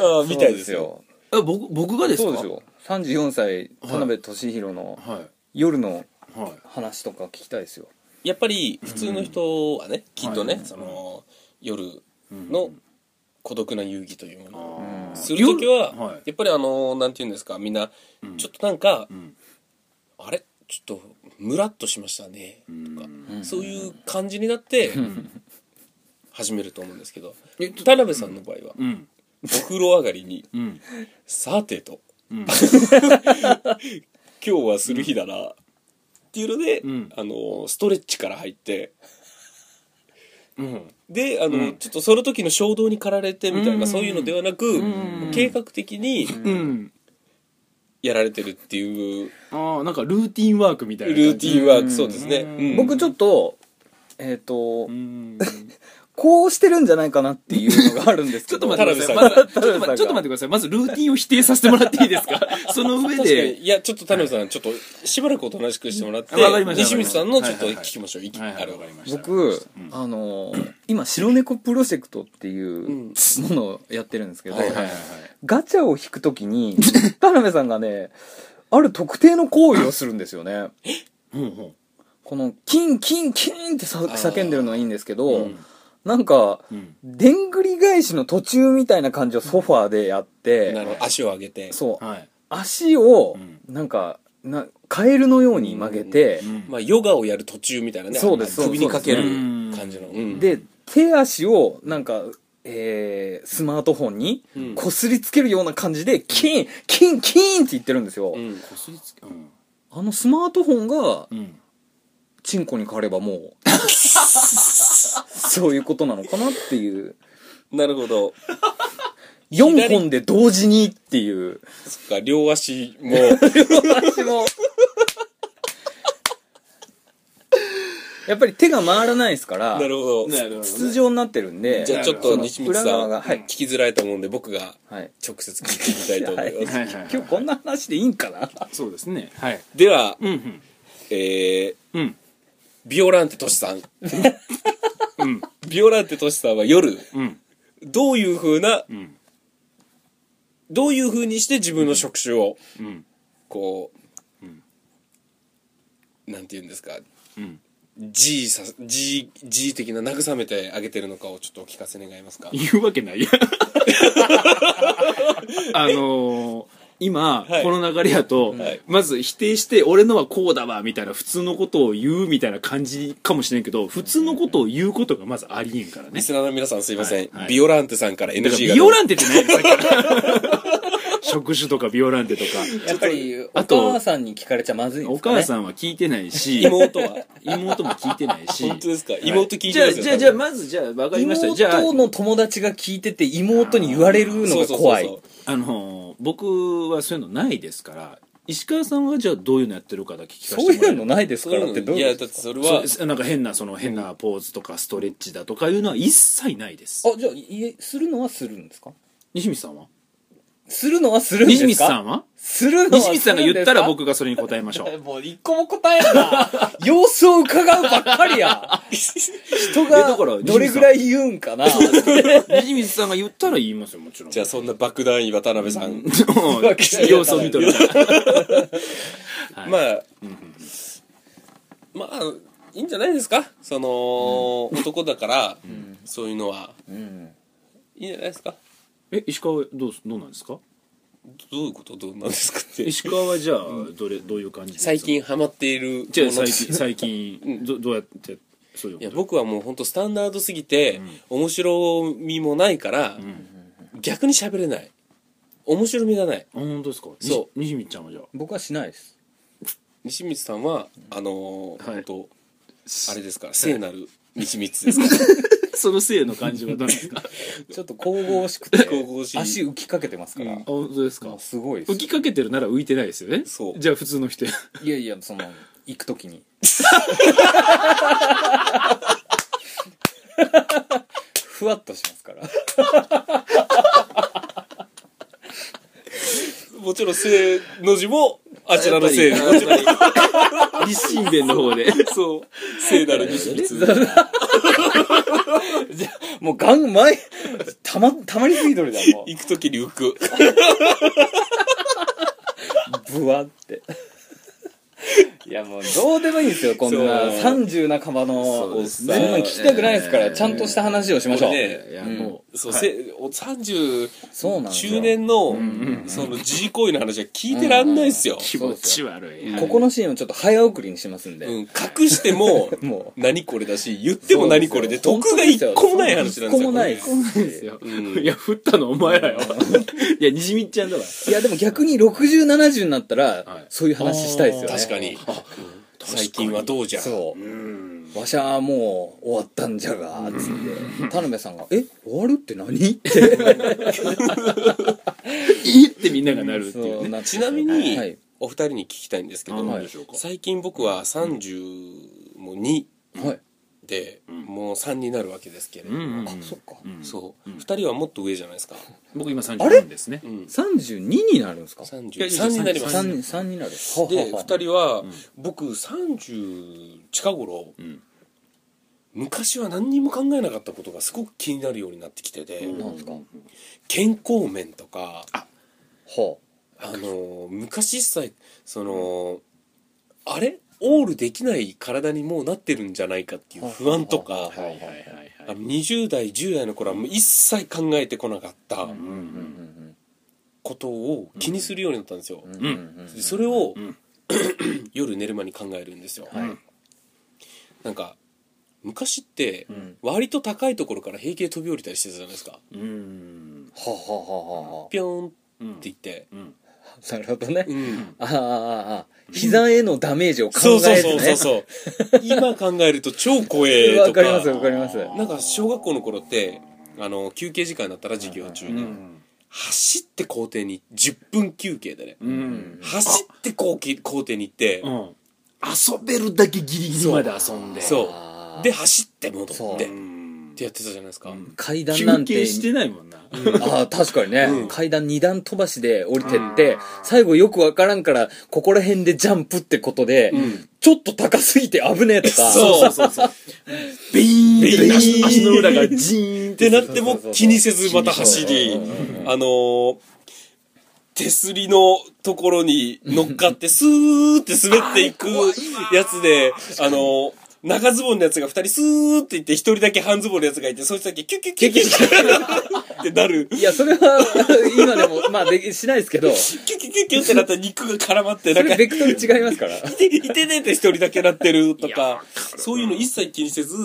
A: ああみたいですよ
C: え僕僕がですか
B: そうですよ34歳田辺俊博の
C: は
B: 夜の
C: いはい
B: 話とか聞きたいですよ
A: やっぱり普通の人はねきっと
C: は
A: ね
C: い
A: その夜の孤独な遊戯というものを
C: ああ
A: する時
C: 夜は
A: はいやっぱりあのなんて言うんですかみんな
C: うん
A: ちょっとなんか
C: ん
A: あれちょっとムラっとしましたねとか
B: ん
A: そういう感じになって始めると思うんですけど
C: えちょっと
A: 田辺さんの場合は
C: うん
A: お風呂上がりに
C: うん
A: さてと
C: うん
A: 今日はする日だな、っていうので、
C: うん
A: あのストレッチから入って
C: うん
A: であの、
C: うん
A: ちょっとその時の衝動に駆られてみたいな、
C: うん
A: そういうのではなく、
C: ん
A: 計画的に
C: うん
A: やられてるっていう
C: ああなんかルーティンワークみたい
A: ル
C: な感
A: ーテ
C: じ
A: ィンワーク、
B: うん
A: そうですね、
C: うん
A: うん
B: 僕ちょっとえっ、と、
C: うん
B: こうしてるんじゃないかなっていうのがあるんで
C: [LAUGHS]
B: す
C: ちょ
B: け
C: っと
B: ど
C: 待ってください。
A: 田
C: ま
A: 辺
C: ずは、ちょ
B: 田
C: っと待って、
B: 辺さんが
C: ちょっと待ってください。まずルーティンを否定させてもらっていいですかその上
A: 確かに
C: で。
A: いやちょっと田辺さんちょっとしばらくおとなしくしてもらって
C: あわかりました
A: 西光さんのちょっと
C: はいはい
A: 聞
C: はい
A: きましょう、いき
C: はいはい
A: あれ
C: わかりました
B: 僕、
C: ん
B: あの今白猫プロジェクトっていう
A: うん
B: ものをやってるんですけど、
A: はいはいはい
B: ガチャを引くときに [LAUGHS] 田辺さんがねある特定の行為をするんですよね
C: うんうん
B: このキンキンキンってさ叫んでるのはいいんですけど、
C: うん
B: なんか、
C: うん
B: でんぐり返しの途中みたいな感じをソファーでやって、
A: なるほど足を上げて
B: そう
C: はい。
B: 足を
C: う
B: なんかなカエルのように曲げて、
A: まあ、ヨガをやる途中みたいなね
B: そうです
A: あの
B: そ
A: 首
B: うです
A: にかける
C: うん
A: 感じの、うん
B: で手足をなんか、えースマートフォンに
A: うん
B: こすりつけるような感じでキンキンキンって言ってるんですよ、
A: うん
C: こすりつけ、うん。
B: あのスマートフォンが
C: うん。
B: チンコに変わればもうそういうことなのかなっていう
A: なるほど
B: 4本で同時にっていう
A: そっか両足も
B: 私もやっぱり手が回らないですから
A: なるほど、
C: なるほどね
B: 筒状になってるんで
A: じゃあちょっと西光
B: 裏
A: さ
B: 側
A: ん、
B: がはい
A: 聞きづらいと思うんで僕が
B: はい、
A: 直接聞いてみたいと思いま
C: [LAUGHS]
A: す、
C: はいはいはい
B: 今日こんな話でいいんかな
C: そうですね。はい。
A: では、
C: うん
A: え
C: う
A: ー、
C: ん。うん。
A: ビオランテト
C: [LAUGHS]
A: シさん
C: うん。
A: ビオランテトシさんは夜
C: うん。
A: どういう風な
C: うん。
A: どういう風にして自分の職種を
C: うん。
A: こう、
C: うん
A: なんて言うんですか
C: うん。
A: G さ G, G 的な慰めてあげてるのかをちょっとお聞 [LAUGHS] かせ願いますか
C: 言うわけないやん。あのー今、
A: はい
C: この流れやと、
A: はい
C: まず否定して、俺のはこうだわ、みたいな、普通のことを言うみたいな感じかもしれんけど、普通のことを言うことがまずありえんからね
A: リ。スナーの皆さんすいません、
C: はいはい
A: ビオランテさんから NG
C: だ
A: が
C: から
A: 出
C: ビオランテって何やさっきから職種とかビオランテとか。
B: やっぱり、お
C: あと
B: 母さんに聞かれちゃまずいんで
C: お
B: すかね。
C: 母さんは聞いてないし、
A: 妹は
C: 妹も聞いてないし。
A: 本当ですか
C: はい
A: 妹聞いてないですよ
C: じゃあ、じゃあ、じゃあ、まず、じゃあ、わかりました。じゃあ、
B: 妹の友達が聞いてて、妹に言われるのが怖い。
A: そうそう
C: あのー僕はそういうのないですから、石川さんはじゃあどういうのやってるかだけ聞かせても
B: そう
C: らえ
B: いうのないです
A: そ
B: か
A: う
B: らっ
A: そう
B: て
A: いう
B: ど
A: の
B: う
A: い
B: い
A: や
B: うこ
A: だってそれ
C: そう
A: は
C: ですなんか変なその変なポーズとかストレッチだとかいうのは一切ないです
B: とあ、じゃあ、いえするのはするんですか
C: 西光さんは
B: するのはするんです
C: 西
B: か
C: 光さん
B: [LAUGHS]
C: は
B: するのは
C: 西
B: する
C: 光さん
B: んですか
C: が言ったら。僕がそれに答えましょう
B: もう一個も答えんな。 [LAUGHS] 様子を伺うばっかりや。人
C: いやだから
B: がどれぐらい言うんかな。
C: 西光さんが言ったら言いますよもちろん
A: じゃあそんな爆弾員渡辺さん、
C: うん [LAUGHS] 様子を見とる
B: [LAUGHS]
C: からはい
A: まあ、まあいいんじゃないですかその、男だから、そういうのは
B: うん
A: いいんじゃないですか
C: え石川はどうすどうなんですか
A: どういうことどうなんですかって
C: 石川はじゃあどれどういう感じですか
A: 最近ハマっているもの
C: じゃあ最近最近どどうやってそういう
A: い
C: こ
A: や
C: と
A: 僕はもう本当スタンダードすぎて、面白みもないから、逆に喋れない面白みがない
C: あ本当ですか
A: そ
C: 西西光ちゃんはじゃあ
B: 僕はしないです。
A: 西光さんはあのー
C: はい
A: 本当あれですから聖なる西光ですから
C: そのせいの感じはどうなんですかあ
B: ちょっと神々し
C: [LAUGHS]
B: くて、
A: 神々しい
B: 足浮きかけてますから。
A: うん
C: 本当ですか
B: もうすごいです
C: 浮きかけてるなら浮いてないですよね
A: そう
C: じゃあ普通の人や
B: いやいや、その、行く
C: [LAUGHS]
B: ときに。ふわっとしますから。
A: [LAUGHS] もちろん聖の字もあちらの聖もちろん
C: 立身弁の方で
A: そう聖なる西
B: [LAUGHS]
A: 光
B: もうガン、前、たま、たまりすぎとるじゃん、も
A: 行く時に浮
B: [LAUGHS]
A: く
B: う。ぶわって。 [LAUGHS] いや、もう、どうでもいいんですよ、こんな
A: そう
B: 30半ばの、
A: そう
B: そ
A: です
B: ん
A: ね
B: なの聞きたくないですか
C: え
B: ら、
C: ー
B: ちゃんとした話をしましょう。
A: これね
C: いやもう
A: そう、
C: はい
A: せお30
B: そうなんですよ
A: 中年の、その G 行為の話は聞いてらんないですよ、
C: 気持ち悪い
B: ここのシーンをちょっと早送りにしますんで。
A: うん、隠しても
B: [LAUGHS] も
A: 何これだし言っても何これで得が一個もない話なんですよ
B: 一個もない
A: こ
B: で
A: れ
B: す
C: ですよいや振ったのお前らよいや西光ちゃんだわ
B: いやでも逆に6070になったら、
C: はい
B: そういう話したいですよね
A: 確かに最近はどうじゃん
B: そう、わしゃもう終わったんじゃがつって田辺さんが「え終わるって何?」って
C: いいってみんながなるっていう
B: そう
C: ね
B: なって
A: ちなみに、
B: はい
A: お二人に聞きたいんですけど、
C: 何でしょうか
A: 最近僕は30もう2
B: はい、
A: で、もう3になるわけですけれど、
C: うんうん
B: あそっか、
C: うん
A: そう、二人はもっと上じゃないですか、
C: 僕今
B: あれ
C: 34ですね
A: うん、
B: 32になるんですか
A: 33
C: いやいや
A: になります
B: 3, 3になるで
A: で2人は、僕30近頃、
C: ん
A: 昔は何にも考えなかったことがすごく気になるようになってきてて、
B: なんですか
A: 健康面とかあ
B: は
A: の昔一切その、あれオールできない体にもうなってるんじゃないかっていう不安とか、
B: はいは
C: は
B: い
C: い
B: はい
A: あの20代10代の頃はもう一切考えてこなかった
C: うんうん
A: ことを気にするようになったんですよ、
B: うんうんうん
A: でそれを、
C: うん
A: 夜寝る前に考えるんですよ、
B: はい
A: なんか昔って
B: ん
A: 割と高いところから平気で飛び降りたりしてたじゃないですか
C: うん
B: はあはあはあは
A: ピョーンって
C: うん
A: 言って、
C: うん
B: あなるほどね、
A: うん、
B: ああああああ膝へのダメージを考
A: そうそう
B: えて
A: そう
B: ね
A: そうそう今考えると超怖え
B: [LAUGHS] わ
A: と
B: か
A: か
B: りますわかります
A: なんか小学校の頃ってあの休憩時間だったら授業中に、走って校庭に10分休憩でね、
C: うん
A: 走って校き校庭に行って、
C: うん遊べるだけギリギリまで遊んで
A: そう
B: あー
A: で走って戻
B: そ
A: っ
B: う
A: て
C: う
A: っ
C: ん
A: てやってたじゃないですか、
B: 階段な
C: 休
B: ん
C: 憩
B: て
C: してないもんな
B: ああ確かにね、
A: うん
B: 階段二段飛ばしで降りてって、最後よくわからんからここら辺でジャンプってことで、
A: うん
B: ちょっと高すぎて危ねえと
A: [LAUGHS]
B: か
A: そうそうそう
C: ビーン
A: ビーン
C: 足足の裏がジーンっ
A: っててなっても気にせずまた走り
B: うんうんうん
A: あのー手すりのところに乗っかってスーって滑っていくやつであのー長ズボンのやつが二人スーって言って、一人だけ半ズボンのやつがいて、そいつだけキュッキュッキュッキュッキュッってなる。
B: いや、それは、 [LAUGHS] 今でも、まあ、でき、しないですけ
A: [LAUGHS]
B: ど、そ
A: キュッキュッキュッキュッってなったら肉が絡まって、なんか
B: れ、ベクトル違いますから。
A: いてねえって一人だけなってるとか、そういうの一切気にせず、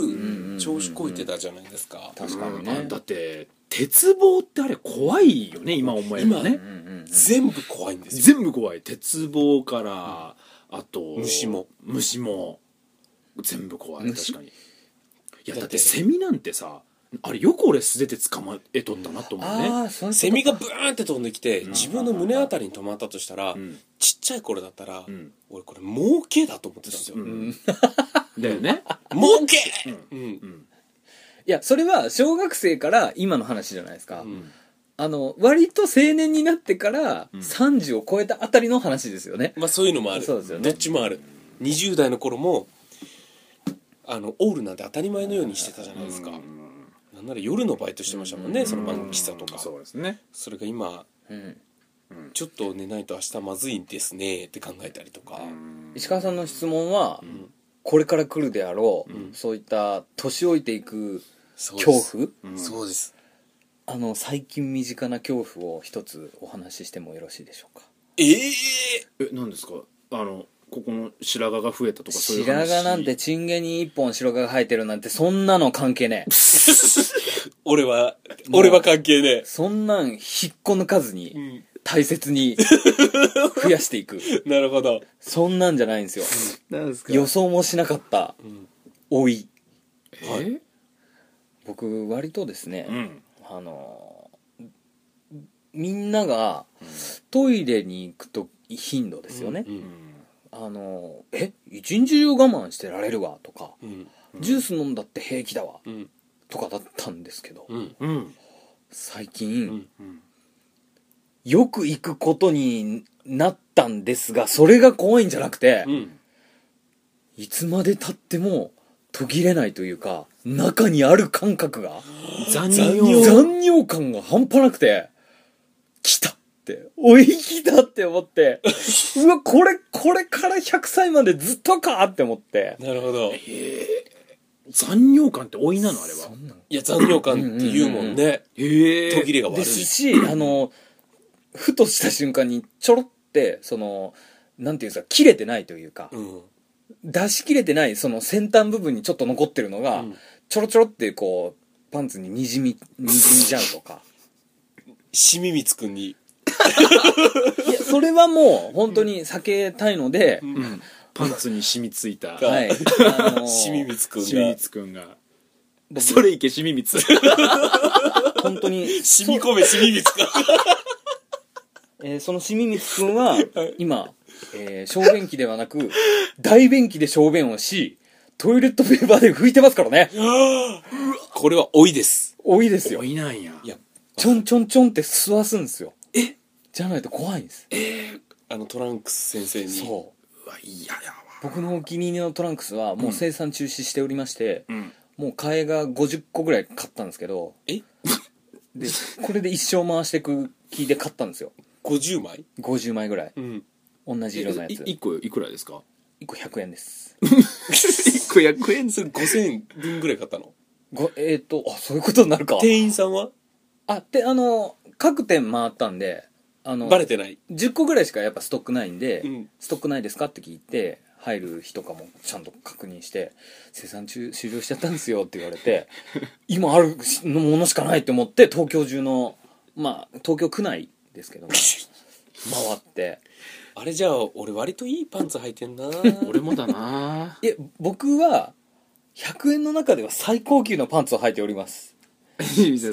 A: 調子こいてたじゃないですか。
B: 確かにね
C: うんだって鉄棒ってあれ怖いよね今思えばね
B: うんうん
A: 全部怖いんですよ。
C: 全部怖い鉄棒から、あと
A: 虫も
C: 虫も全部怖い確
B: 虫
C: かにいや
A: だって
C: だってセミなんてさあれよく俺素手で捕まえとったなと思うね
B: ああ、そういうこと
A: セミがブーンって飛んできて、自分の胸あたりに止まったとしたら、ちっちゃい頃だったら、
C: ん
A: 俺これ儲けだと思ってたんですよ。
C: うんだよね
A: 儲けうん
B: いや、それは小学生から今の話じゃないですか。
A: ん
B: あの、割と青年になってから30を超えたあたりの話ですよね。
A: まあそういうのもある。
B: そうですよね
A: どっちもある。20代の頃も、あの、オールなんて当たり前のようにしてたじゃないですか。なんなら夜のバイトしてましたもんね、その番組喫茶とか。
C: そうですね
A: それが今、
B: うん。
A: ちょっと寝ないと明日まずいんですねって考えたりとか。
B: 石川さんの質問は、これから来るであろう、そういった年老いていく
A: そうです
B: 恐怖
A: うんそうです。
B: あの最近身近な恐怖を一つお話ししてもよろしいでしょうか
A: ええ
C: え何ですかあのここの白髪が増えたとかそういう
B: 白
C: 話
B: 髪なんてチンゲに一本白髪が生えてるなんてそんなの関係ねえ
A: 俺は、俺は関係ね
B: そんなん引っこ抜かず
A: え。う
B: に
A: ん。
B: 大切に増やしていく
A: なるほど。
B: そんなんじゃないんですよ
C: なんですか
B: 予想もしなかった
A: ん
B: 老い
C: え
B: 僕割とですね、
C: うん
B: あのーみんながトイレに行くと頻度ですよね、
A: うん。
B: あのーえ一日中我慢してられるわとか、
A: うん。
B: ジュース飲んだって平気だわ
A: うん。
B: とかだったんですけど、
A: うん。
C: うん
B: 最近、
A: うん
B: よく行くことになったんですがそれが怖いんじゃなくて、
A: うん。
B: いつまでたっても途切れないというか中にある感覚が
C: 残
A: 残
C: 尿
A: 尿
B: 残尿感が半端なくて来たっておい来たって思って [LAUGHS] うわこれこれから100歳までずっとかって思って
A: なるほど。
C: 残尿感って老いなのあれは
B: そんなん
A: いや、残尿感って言うもんね。
C: へ
A: 途切れが悪い
B: で。すしあのふとした瞬間にちょろってそのなんていうんですか切れてないというか、
A: うん。
B: 出し切れてないその先端部分にちょっと残ってるのが、
A: うん
B: ちょろちょろってこうパンツににじみにじみちゃうと [LAUGHS] か
A: しみみつくんに。
B: いやそれはもう本当に避けたいので、
C: うんパンツに染みついた
A: うん
B: はいあのー
A: しみみつくん
C: しみ
A: が
C: み。つくんが
B: 僕
C: それいけしみみ [LAUGHS] つ
B: 本当に
A: しみこめしみみつく。 [LAUGHS]
B: えーそのしみみつくんは、今、えー小便器ではなく、大便器で小便をし、トイレットペーパーで拭いてますからね。
A: これは老いです。
B: 多いですよ
C: 老。いなんや
A: いや、
B: ちょんちょんちょんって吸わすんですよ。えじゃないと怖いんです。
A: あのトランクス先生に。
B: そう。
C: うわいややわ
B: 僕のお気に入りのトランクスは、もう生産中止しておりまして、
C: ん
B: もう替えが50個ぐらい買ったんですけど、
A: え
B: で、これで一生回していく気で買ったんですよ。
A: 50枚
B: 50枚ぐらい。
A: うん。
B: 同じ色のやつ。
C: い一個いくらですか
B: 1個100円です。
C: 1個100円
A: それ5000円分ぐらい買ったの。
B: ごえっ、と、あ、そういうことになるか。
A: 店員さんは
B: あであの各店回ったんであの
A: バレてない。 [LAUGHS]
B: 10個ぐらいしかやっぱストックないんで、
A: うん
B: ストックないですかって聞いて入る日とかもちゃんと確認して「生産中終了しちゃったんですよ」って言わ
D: [LAUGHS]
B: れて今あるのものしかないと思って東京中のまあ東京区内です
D: [LAUGHS]
B: けども回って
A: あれじゃあ、俺割といいパンツ履いてん [LAUGHS] な
C: 俺もだない [LAUGHS]
B: や僕は100円の中では最高級のパンツを履いております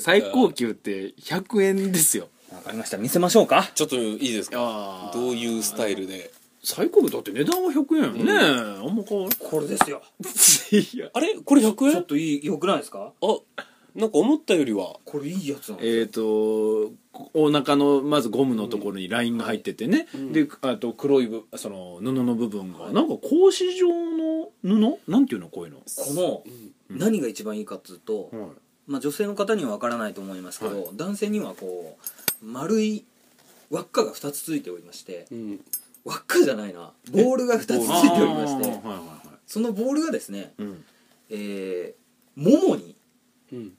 C: 最高級って100円ですよ
B: わかりました見せましょうか
A: ちょっといいですか
C: あ
A: どういうスタイルで。
C: 最高級だって値段は100円よね、あんま変わら
D: これですよ
C: ないいや
A: あれこれ100
D: ちょっ
A: 円
D: といいよくないですか
A: あ、なんか思ったよりは。
D: これいいやつなんですよ
C: えっ、とお腹のまずゴムのところにラインが入っててね、であと黒いぶその布の部分が、なんか格子状の布なんていうのこういうの
D: この何が一番いいかっつうと、
C: はい
D: まあ、女性の方にはわからないと思いますけど、男性にはこう丸い輪っかが2つついておりまして
A: うん。
D: 輪っかじゃないなボールが2つついておりまして
C: あーはいはいはい
D: そのボールがですね、
C: うん
D: えー、ももに
A: うん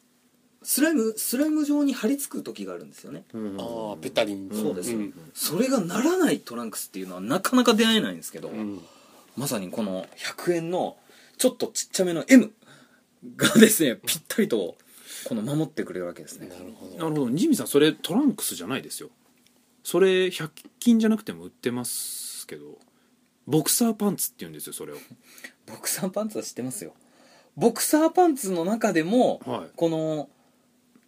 D: スライムスライム状に張り付く時があるんですよね
C: うん
A: ああペタリン
D: そうですよ
A: ん
D: それがならないトランクスっていうのはなかなか出会えないんですけど、
A: うん
D: まさにこの100円のちょっとちっちゃめの M がですねぴったりとこの守ってくれるわけですね
A: なるほ
C: な
A: ど
C: るほどジミーさんそれトランクスじゃないですよそれ100均じゃなくても売ってますけどボクサーパンツって言うんですよそれを
B: ボクサーパンツは知ってますよボクサーパンツの中でも
C: はい
B: この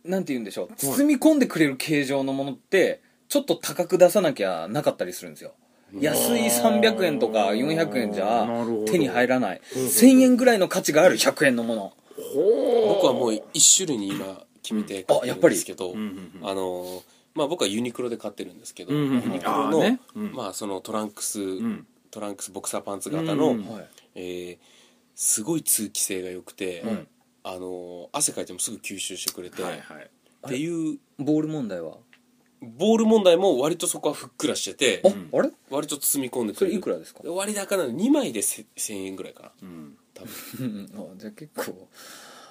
B: なんて言うんでしょう包み込んでくれる形状のものってちょっと高く出さなきゃなかったりするんですよ安い300円とか400円じゃ
C: なるほど
B: 手に入らない1000円ぐらいの価値がある100円のもの
A: 僕はもう一種類に今決めて買ってるんですけど、
C: うんうんうん
A: あのーまあ僕はユニクロで買ってるんですけど、
C: うんうんうん
A: ユニクロ
C: あ
A: の、
C: ーねうん
A: まあそのトランクス、
C: ん
A: トランクスボクサーパンツ型の、
C: うん
B: はい
A: えーすごい通気性が良くて、
B: ん
A: あのー汗かいてもすぐ吸収してくれて、
C: はいはい
A: っていう
B: ボール問題は
A: ボール問題も割とそこはふっくらしてて
B: あ、あれ
A: 割と包み込んでく
B: そ
A: れ
B: れ
A: る
B: いくらですか
A: で割高なの2枚でせ1000円ぐらいかな
C: うん
A: 多分
B: うんうんあじゃあ結構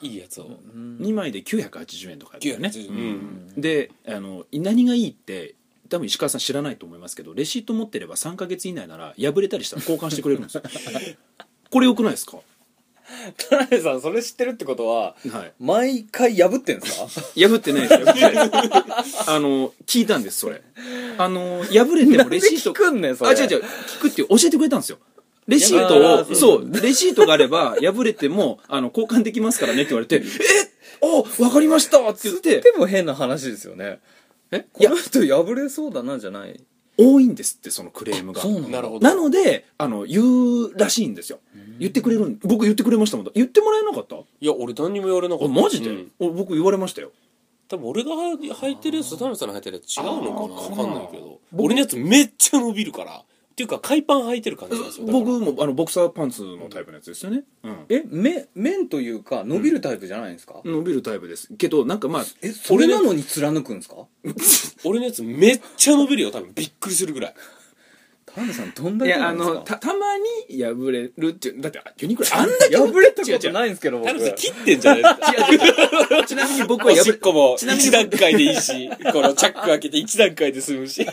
A: いいやつを
B: [LAUGHS] うん
C: 2枚で980円とかだよね
A: 980
C: うんであの何がいいって多分石川さん知らないと思いますけどレシート持ってれば3か月以内なら破れたりしたら交換してくれるんですよ [LAUGHS] これよくないですか
B: 田辺さんそれ知ってるってことは
C: はい
B: 毎回破ってんすか [LAUGHS]
C: 破ってないですよ破ってないですあの聞いたんですそれあの破れてもレシート
B: 聞くんねんそれ
C: あ違う違う聞くっていう教えてくれたんですよレシート
B: いや
C: を
B: ー
C: そうレシートがあれば破れてもあの交換できますからねって言われてえおわかりましたって言って
B: でも変な話ですよね
C: え
B: こ
C: いや
B: の人破れそうだなじゃない
C: 多いんですってそのクレームが
B: そうな
A: うんんな
B: だ
A: るほど
C: なのであの言うらしいんですよ言ってくれるん僕言ってくれましたもん言ってもらえなかった
A: いや俺何にも言われなか
C: あ
A: った
C: マジで、
A: うん
C: お僕言われましたよ
A: 多分俺が履いてるやつと田辺さんの履いてるやつ違うの
C: あー
A: かなわかんない
C: かな
A: けど俺のやつめっちゃ伸びるからっていうか海パン履いてる感じなんですよだから
C: 僕もあのボクサーパンツのタイプのやつですよね、うん
B: えめ面というか伸びるタイプじゃないんですか、
C: 伸びるタイプですけどなんかまあ
B: えそれなのに貫くんですか
A: 俺のやつめっちゃ伸びるよ多分びっくりするぐらい
B: 田辺さんどんだ
C: い
B: け
C: や
B: な
C: あ
B: んです
C: の
B: か
C: たたまに破れるっていうだってあユニクロあんだけ
B: 破れた
C: 違う
B: こと
C: 違う
B: ないんですけど
A: 田
B: 僕
A: 辺さん切ってんじゃないですか
C: [LAUGHS] ちなみに僕
A: お
C: は破
A: し
C: れ
A: っこも1段階でいいしこのチャック開けて1段階で済むし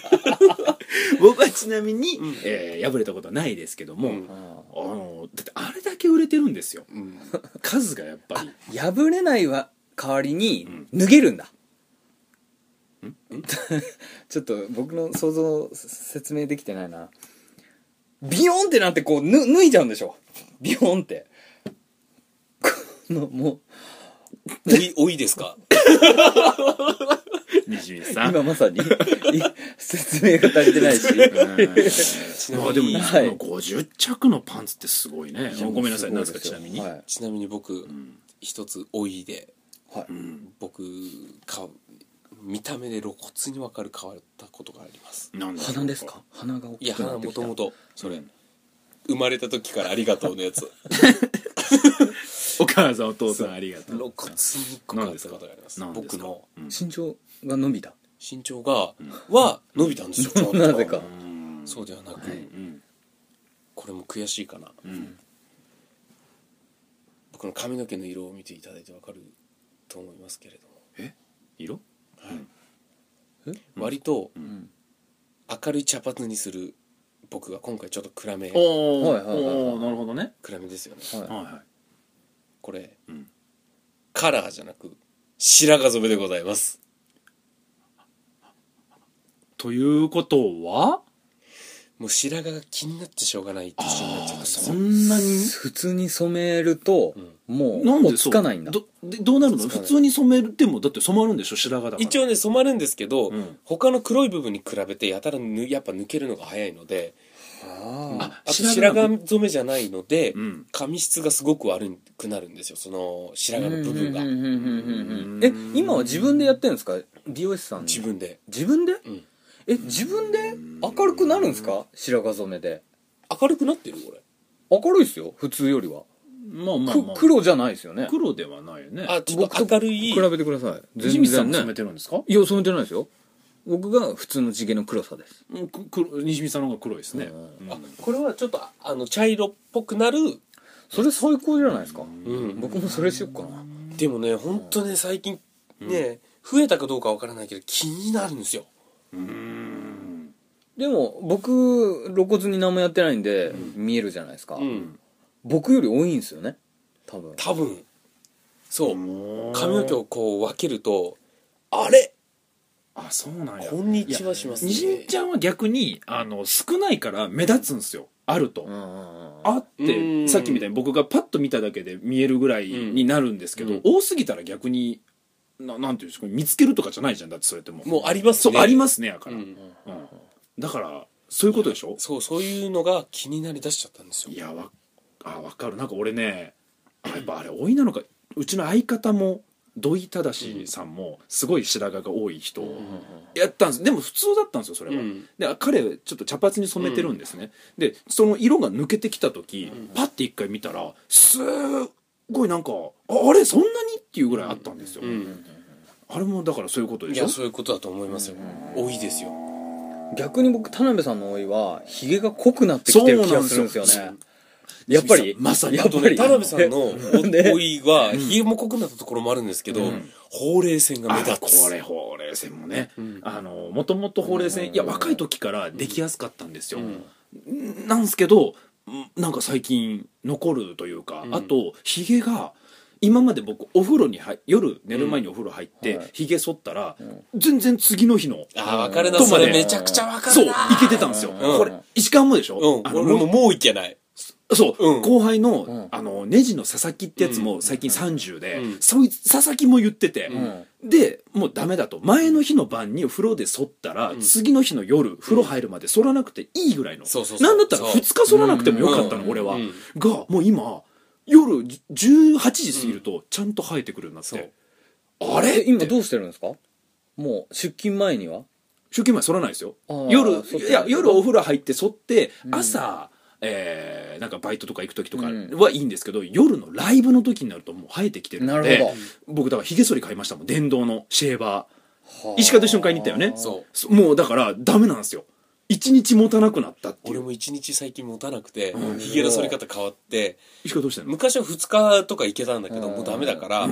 C: 僕はちなみに、えー破れたことはないですけども、
A: うん
C: あ
B: あ
C: のだってあれだけ売れてるんですよ
A: うん
C: 数がやっぱり
B: あ破れないは代わりに脱げるんだ、 [LAUGHS] ちょっと僕の想像説明できてないなビヨンってなってこうぬ脱いじゃうんでしょビヨンってこのもう
A: おいおいですか
C: にじみさん
B: 今まさにい説明が足りてないし
A: なみに
C: まあでも、
B: は
C: はいの50着のパンツってすごいね [LAUGHS] ごめんなさい何ですかちなみに、
B: はい
A: ちなみに僕
C: ん
A: 一つおいで
B: はい
C: うん、
A: 僕か見た目で露骨に分かる変わったことがあります
C: なん
B: 鼻ですか鼻が大
A: いや
B: きくな
A: 花
B: って
A: も
B: きた
A: ともとそれ
C: うん
A: 生まれた時からありがとうのやつ
C: お母さんお父さんありがとう
A: [LAUGHS] 露骨にこかったことがあります
C: なんですか
A: 僕の
C: うん
B: 身長が伸びた
A: 身長がは伸びたんですよ [LAUGHS] ちょうど
B: なぜか
C: うん
A: そうではなく
C: うん
A: これも悔しいかな
C: うん
A: 僕の髪の毛の色を見ていただいて分かると思いますけれども
C: 色
A: 割と
B: ん
A: 明るい茶髪にする僕が今回ちょっと暗
C: お
A: め
C: ー
B: はいはいはいはい
C: おーなるほどね
A: 暗めですよね
B: は
C: はいは
A: これ
C: い、うん、
A: カラーじゃなく白髪染めでございます
C: ということは
A: もう白髪が気になってしょうがないって一緒になっちゃったんです
C: そ
A: よ
C: んないに
B: 普通に染めると
A: うん
B: も
C: なん
B: う
C: で
B: 落ち着かないんだ
C: そうどでどうなるの
A: 落ち着か
C: 普
A: な
C: 通
A: い
C: に染めてもだって染まるんでしょ白髪だから
A: 一応ね染まるんですけど、
C: うん
A: 他の黒い部分に比べてやたらぬやっぱ抜けるのが早いので
B: あ
A: あと
C: 白
A: 白
C: 髪
A: 髪染めじゃないので、
C: うん
A: 髪質がすごく悪くなるんですよその白髪の部分が
B: うんうんうんうんうんうんえ今は自分でやってるんですか美容師さんに
A: 自分で、
B: 自分で
A: うん、
B: え自分で明るくなるんですか白髪染めで
A: 明るくなってるこれ
B: 明るいっすよ普通よりは
C: まあまあ、ま
B: く
C: あ、
B: 黒じゃないですよね
C: 黒ではないよね
A: あちょっと明るい
B: 比べてください
C: ジ
B: 全
C: ミーさんも
B: 然ね
C: 染めてるんですか
B: いや染めてないですよ僕が普通の地毛の黒さです
C: うんく黒西見さんの方が黒いですね、
B: う
C: うん
A: あこれはちょっとああの茶色っぽくなる
B: それ最高じゃないですか、
A: うん
B: 僕もそれしよっかな
A: でもね本当ね最近ね、増えたかどうかわからないけど気になるんですよ
B: でも僕露骨に何もやってないんで、見えるじゃないですか、
A: うん
B: 僕より多いんですよね多分
A: 多分そう髪の毛をこう分けるとあれ
C: あそうなんや
A: こんにちはします
C: にじんちゃんは逆にあの少ないから目立つんですよあると、
B: うんうんうん
C: あっ
A: う
C: て
A: ん
C: さっきみたいに僕がパッと見ただけで見えるぐらいになるんですけど、
A: うん
C: 多すぎたら逆にななんていうんですか見つけるとかじゃないじゃんだってそれってもう
A: もうあります
C: そ
A: ね
C: うありますねやから、
A: う
C: うん
A: ん
C: だからそういうことでしょ
A: そうそういうのが気になりだしちゃったんですよ
C: いやわあわかるなんか俺ねあやっぱあれ老いなのかうちの相方も土井正さんもすごい白髪が多い人やったんですでも普通だったんですよそれは、
A: うん
C: で彼ちょっと茶髪に染めてるんですね、でその色が抜けてきた時、パッて一回見たらすっごいなんかああれそんなにっていうぐらいあったんですよ、
A: うん
C: あれもだからそういうことで
A: い
C: しょ
A: やそういうことだと思いますよ多いですよ
B: 逆に僕田辺さんの老いはひげが濃くなってきてる気がするんですよ
C: そうな
B: ねやっぱり
C: まさに
B: や
A: あ
B: っ
A: と
B: ぱ
A: ね
B: り
A: 田辺さ
C: [LAUGHS]
A: んの
B: ね
A: おいは冷えも濃くなったところもあるんですけどほうれい線が目立
C: あ
A: つ
C: これほうれい線もね、あのもともとほうれい線、いや若い時からできやすかったんですよ、んなんですけどんなんか最近残るというか、あとひげが今まで僕お風呂に入夜寝る前にお風呂入って、ひげ剃ったら、全然次の日の
A: あ分かるな
C: とま
A: そ
C: で
A: れめちゃくちゃ分か
C: そう
A: る
C: い
A: な
C: けてたんですよ、
A: ん
C: これ石川もでしょ、
A: うん
C: あの
A: 俺ももういけない
C: そう、
A: うん
C: 後輩の、あの、ネジの佐々木ってやつも最近30で、そいつ、佐々木も言ってて、で、もうダメだと。前の日の晩に風呂で剃ったら、次の日の夜、風呂入るまで剃らなくていいぐらいの。
A: そうそうそう
C: なんだったら
A: そう
C: 2日剃らなくてもよかったの、
A: うん
C: 俺は、
A: うん
C: が、もう今、夜18時過ぎると、ちゃんと生えてくるようになっ
A: そう
C: て。あれ
B: え今
C: 今、
B: どうしてるんですかもう出勤前には
C: 出勤前剃らないですよ
B: あー
C: 夜
B: 剃ってない
C: いや夜お風呂入って剃って朝、えーなんかバイトとか行く時とかはいいんですけど、夜のライブの時になるともう生えてきてるの
B: なる
C: で
B: ほど
C: 僕だからひげ剃り買いましたもん電動のシェーバー石川と一緒に買いに行ったよね
A: そう
C: もうだからダメなんですよ一日持たなくなったってい
A: 俺
C: う
A: も一日最近持たなくてひげの剃り方変わって
C: 石川どうしたの
A: 昔は2日とかいけたんだけどもうダメだから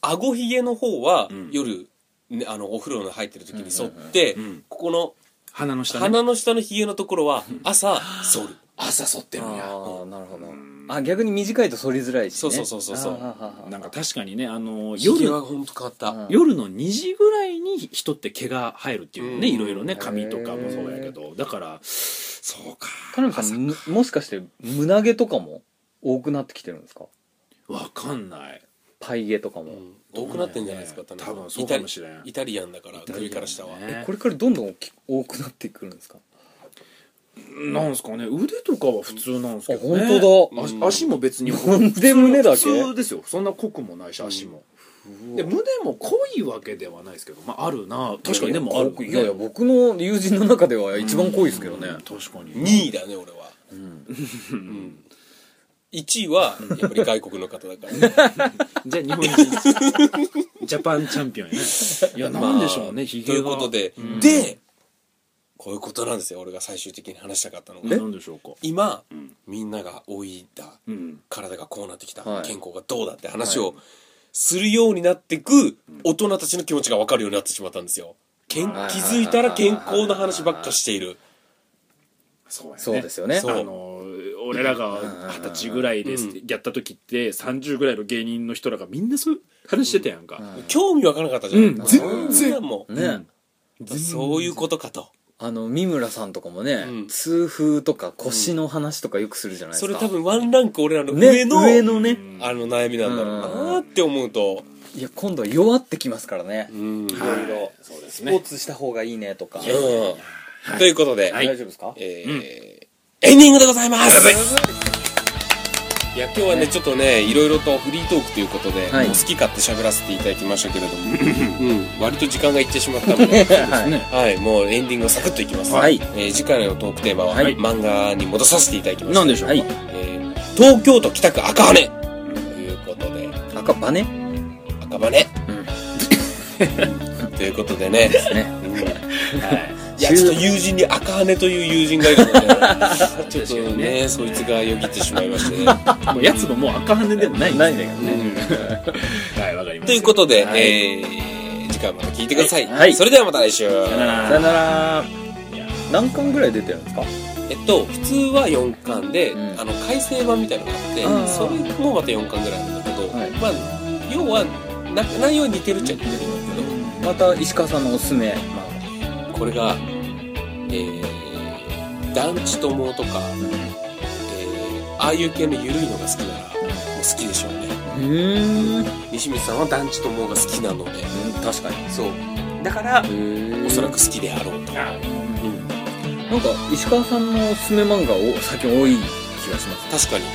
A: 顎ひげの方は夜ねあのお風呂に入ってる時に剃って
C: ん
A: ここの
C: 鼻の下ね
A: 鼻の下のひげのところは朝剃る
C: 朝剃ってるんや
B: ああなるほどあ逆に短いと剃りづらいし、ね、
A: そうそうそうそうそう
B: あーはーはーはー
C: なんか確かにねあの
A: ひげ
C: 夜
A: は本当変わった
C: 夜の2時ぐらいに人って毛が生えるっていうね、
A: うん
C: いろいろね髪とかもそうやけどだからそうか
B: 田辺さんむもしかして胸毛とかも多くなってきてるんですか
C: わかんない
B: パイ毛とかも、
A: 多くなってんじゃないですか
C: 多分
A: 田中さん
C: そうかもしれん
A: イタリイタリアンだから首から下は
B: え
C: ね
B: これからどんどん大き多くなってくるんですか
C: なんすかね腕とかは普通なんですけどね
B: あ本当
A: だ
C: 足足も別に
B: なんで胸だけ
C: 普通ですよそんな濃くもないし足も、で胸も濃いわけではないですけどまああるな確かにでもある
B: いやいや僕の友人の中では一番濃いですけどね、
C: 確かに
A: 2位だね俺はうん1位はやっぱり外国の方だからね
C: じゃあ日本人ジャパンチャンピオンやねいや [LAUGHS] なんでしょうねひ
A: と
C: げ
A: いう
C: が
A: ことででこういうことなんですよ俺が最終的に話したかったの
C: な
A: が
C: んでしょうか
A: 今みんなが老いた
C: うん
A: 体がこうなってきた
B: はい
A: 健康がどうだって話をするようになってく大人たちの気持ちが分かるようになってしまったんですよけん気づいたら健康の話ばっかしている
C: そうやね
B: そうですよね
C: あの俺らが二十歳ぐらいですってやった時って30ぐらいの芸人の人らがみんなそういう話してたやんか、
A: 興味わからなかったじゃん、
C: うん全
A: 然もう
B: ね、
A: そういうことかと
B: あの三村さんとかもね、
A: うん
B: 痛風とか腰の話とかよくするじゃないで
A: そ
B: す
A: れ
B: か、
A: 多分ワンランク俺らの
B: ね、
A: 上の,、
B: 上のね、
A: あの悩みなんだろうなって思うと、
B: いや今度は弱ってきますからね、
A: うん
B: いろいろ
C: そうです
B: スポーツした方がいいねとか、
A: うんということで、
B: 大丈夫ですか、
A: えーエンディングでございますいや今日はねちょっとねいろいろとフリートークということで、
B: はい
A: もう好き勝手喋らせていただきましたけれど
B: [LAUGHS]
A: も、うん、割と時間がいってしまったので
B: はい、
A: はいもうエンディングをサクッといきます、
B: はい
A: えー次回のトークテーマは、
B: はい
A: 漫画に戻させていただきます
B: なんでしょうかはい
A: えー東京都北区赤羽ということで
B: 赤羽ね
A: [LAUGHS] 赤羽、ということでね
B: ね
A: うんいやちょっと友人に赤羽という友人がいるのでちょっとねそいつがよぎってしまいましてね
E: もうやつももう赤羽でもないんですけどね。はい、わかりま
A: とい
E: し
A: う
E: た。
A: ことで、えー次回また聞いてください、
D: はい
A: それではまた来週
B: さよなら何巻ぐらい出てるんですか
A: えっと普通は4巻で、
B: うん
A: あの改正版みたいなのがあって
B: あー
A: それもまた4巻ぐらいあるんだけど、
B: はい
A: まあ要はな内容は似てるっちゃ似てるんだけど、
B: また石川さんのおすすめ
A: これが、えー、団地友とか、えーああいう系の緩いのが好きなら、もう好きでしょうね。
B: うん
A: 西光さんは団地友が好きなので、
B: 確かに
A: そう。だから、お
B: お
A: そらく好きであろうと。
B: なんか石川さんのおすすめ漫画を最近多い気がします
A: 確か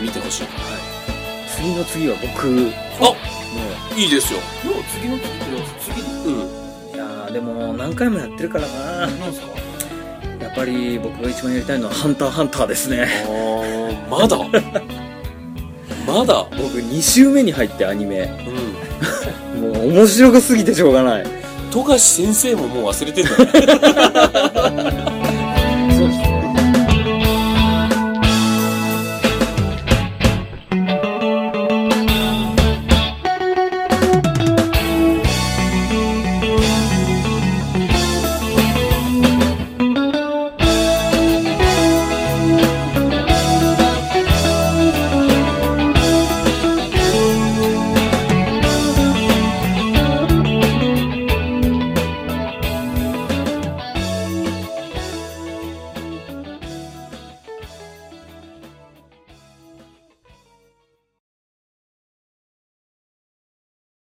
A: に、見てほしい。
B: 次の次は僕も
A: いいですよ。
E: もう次の次の次
A: うん。
B: ういやーでも何回もやってるからな
E: なんですか
B: やっぱり僕が一番やりたいのは「ハンターハンター」ですね
A: まだ [LAUGHS] まだ
B: 僕2週目に入ってアニメ
A: うん。
B: もう面白すぎてしょうがない
A: 富樫先生ももう忘れてんだね。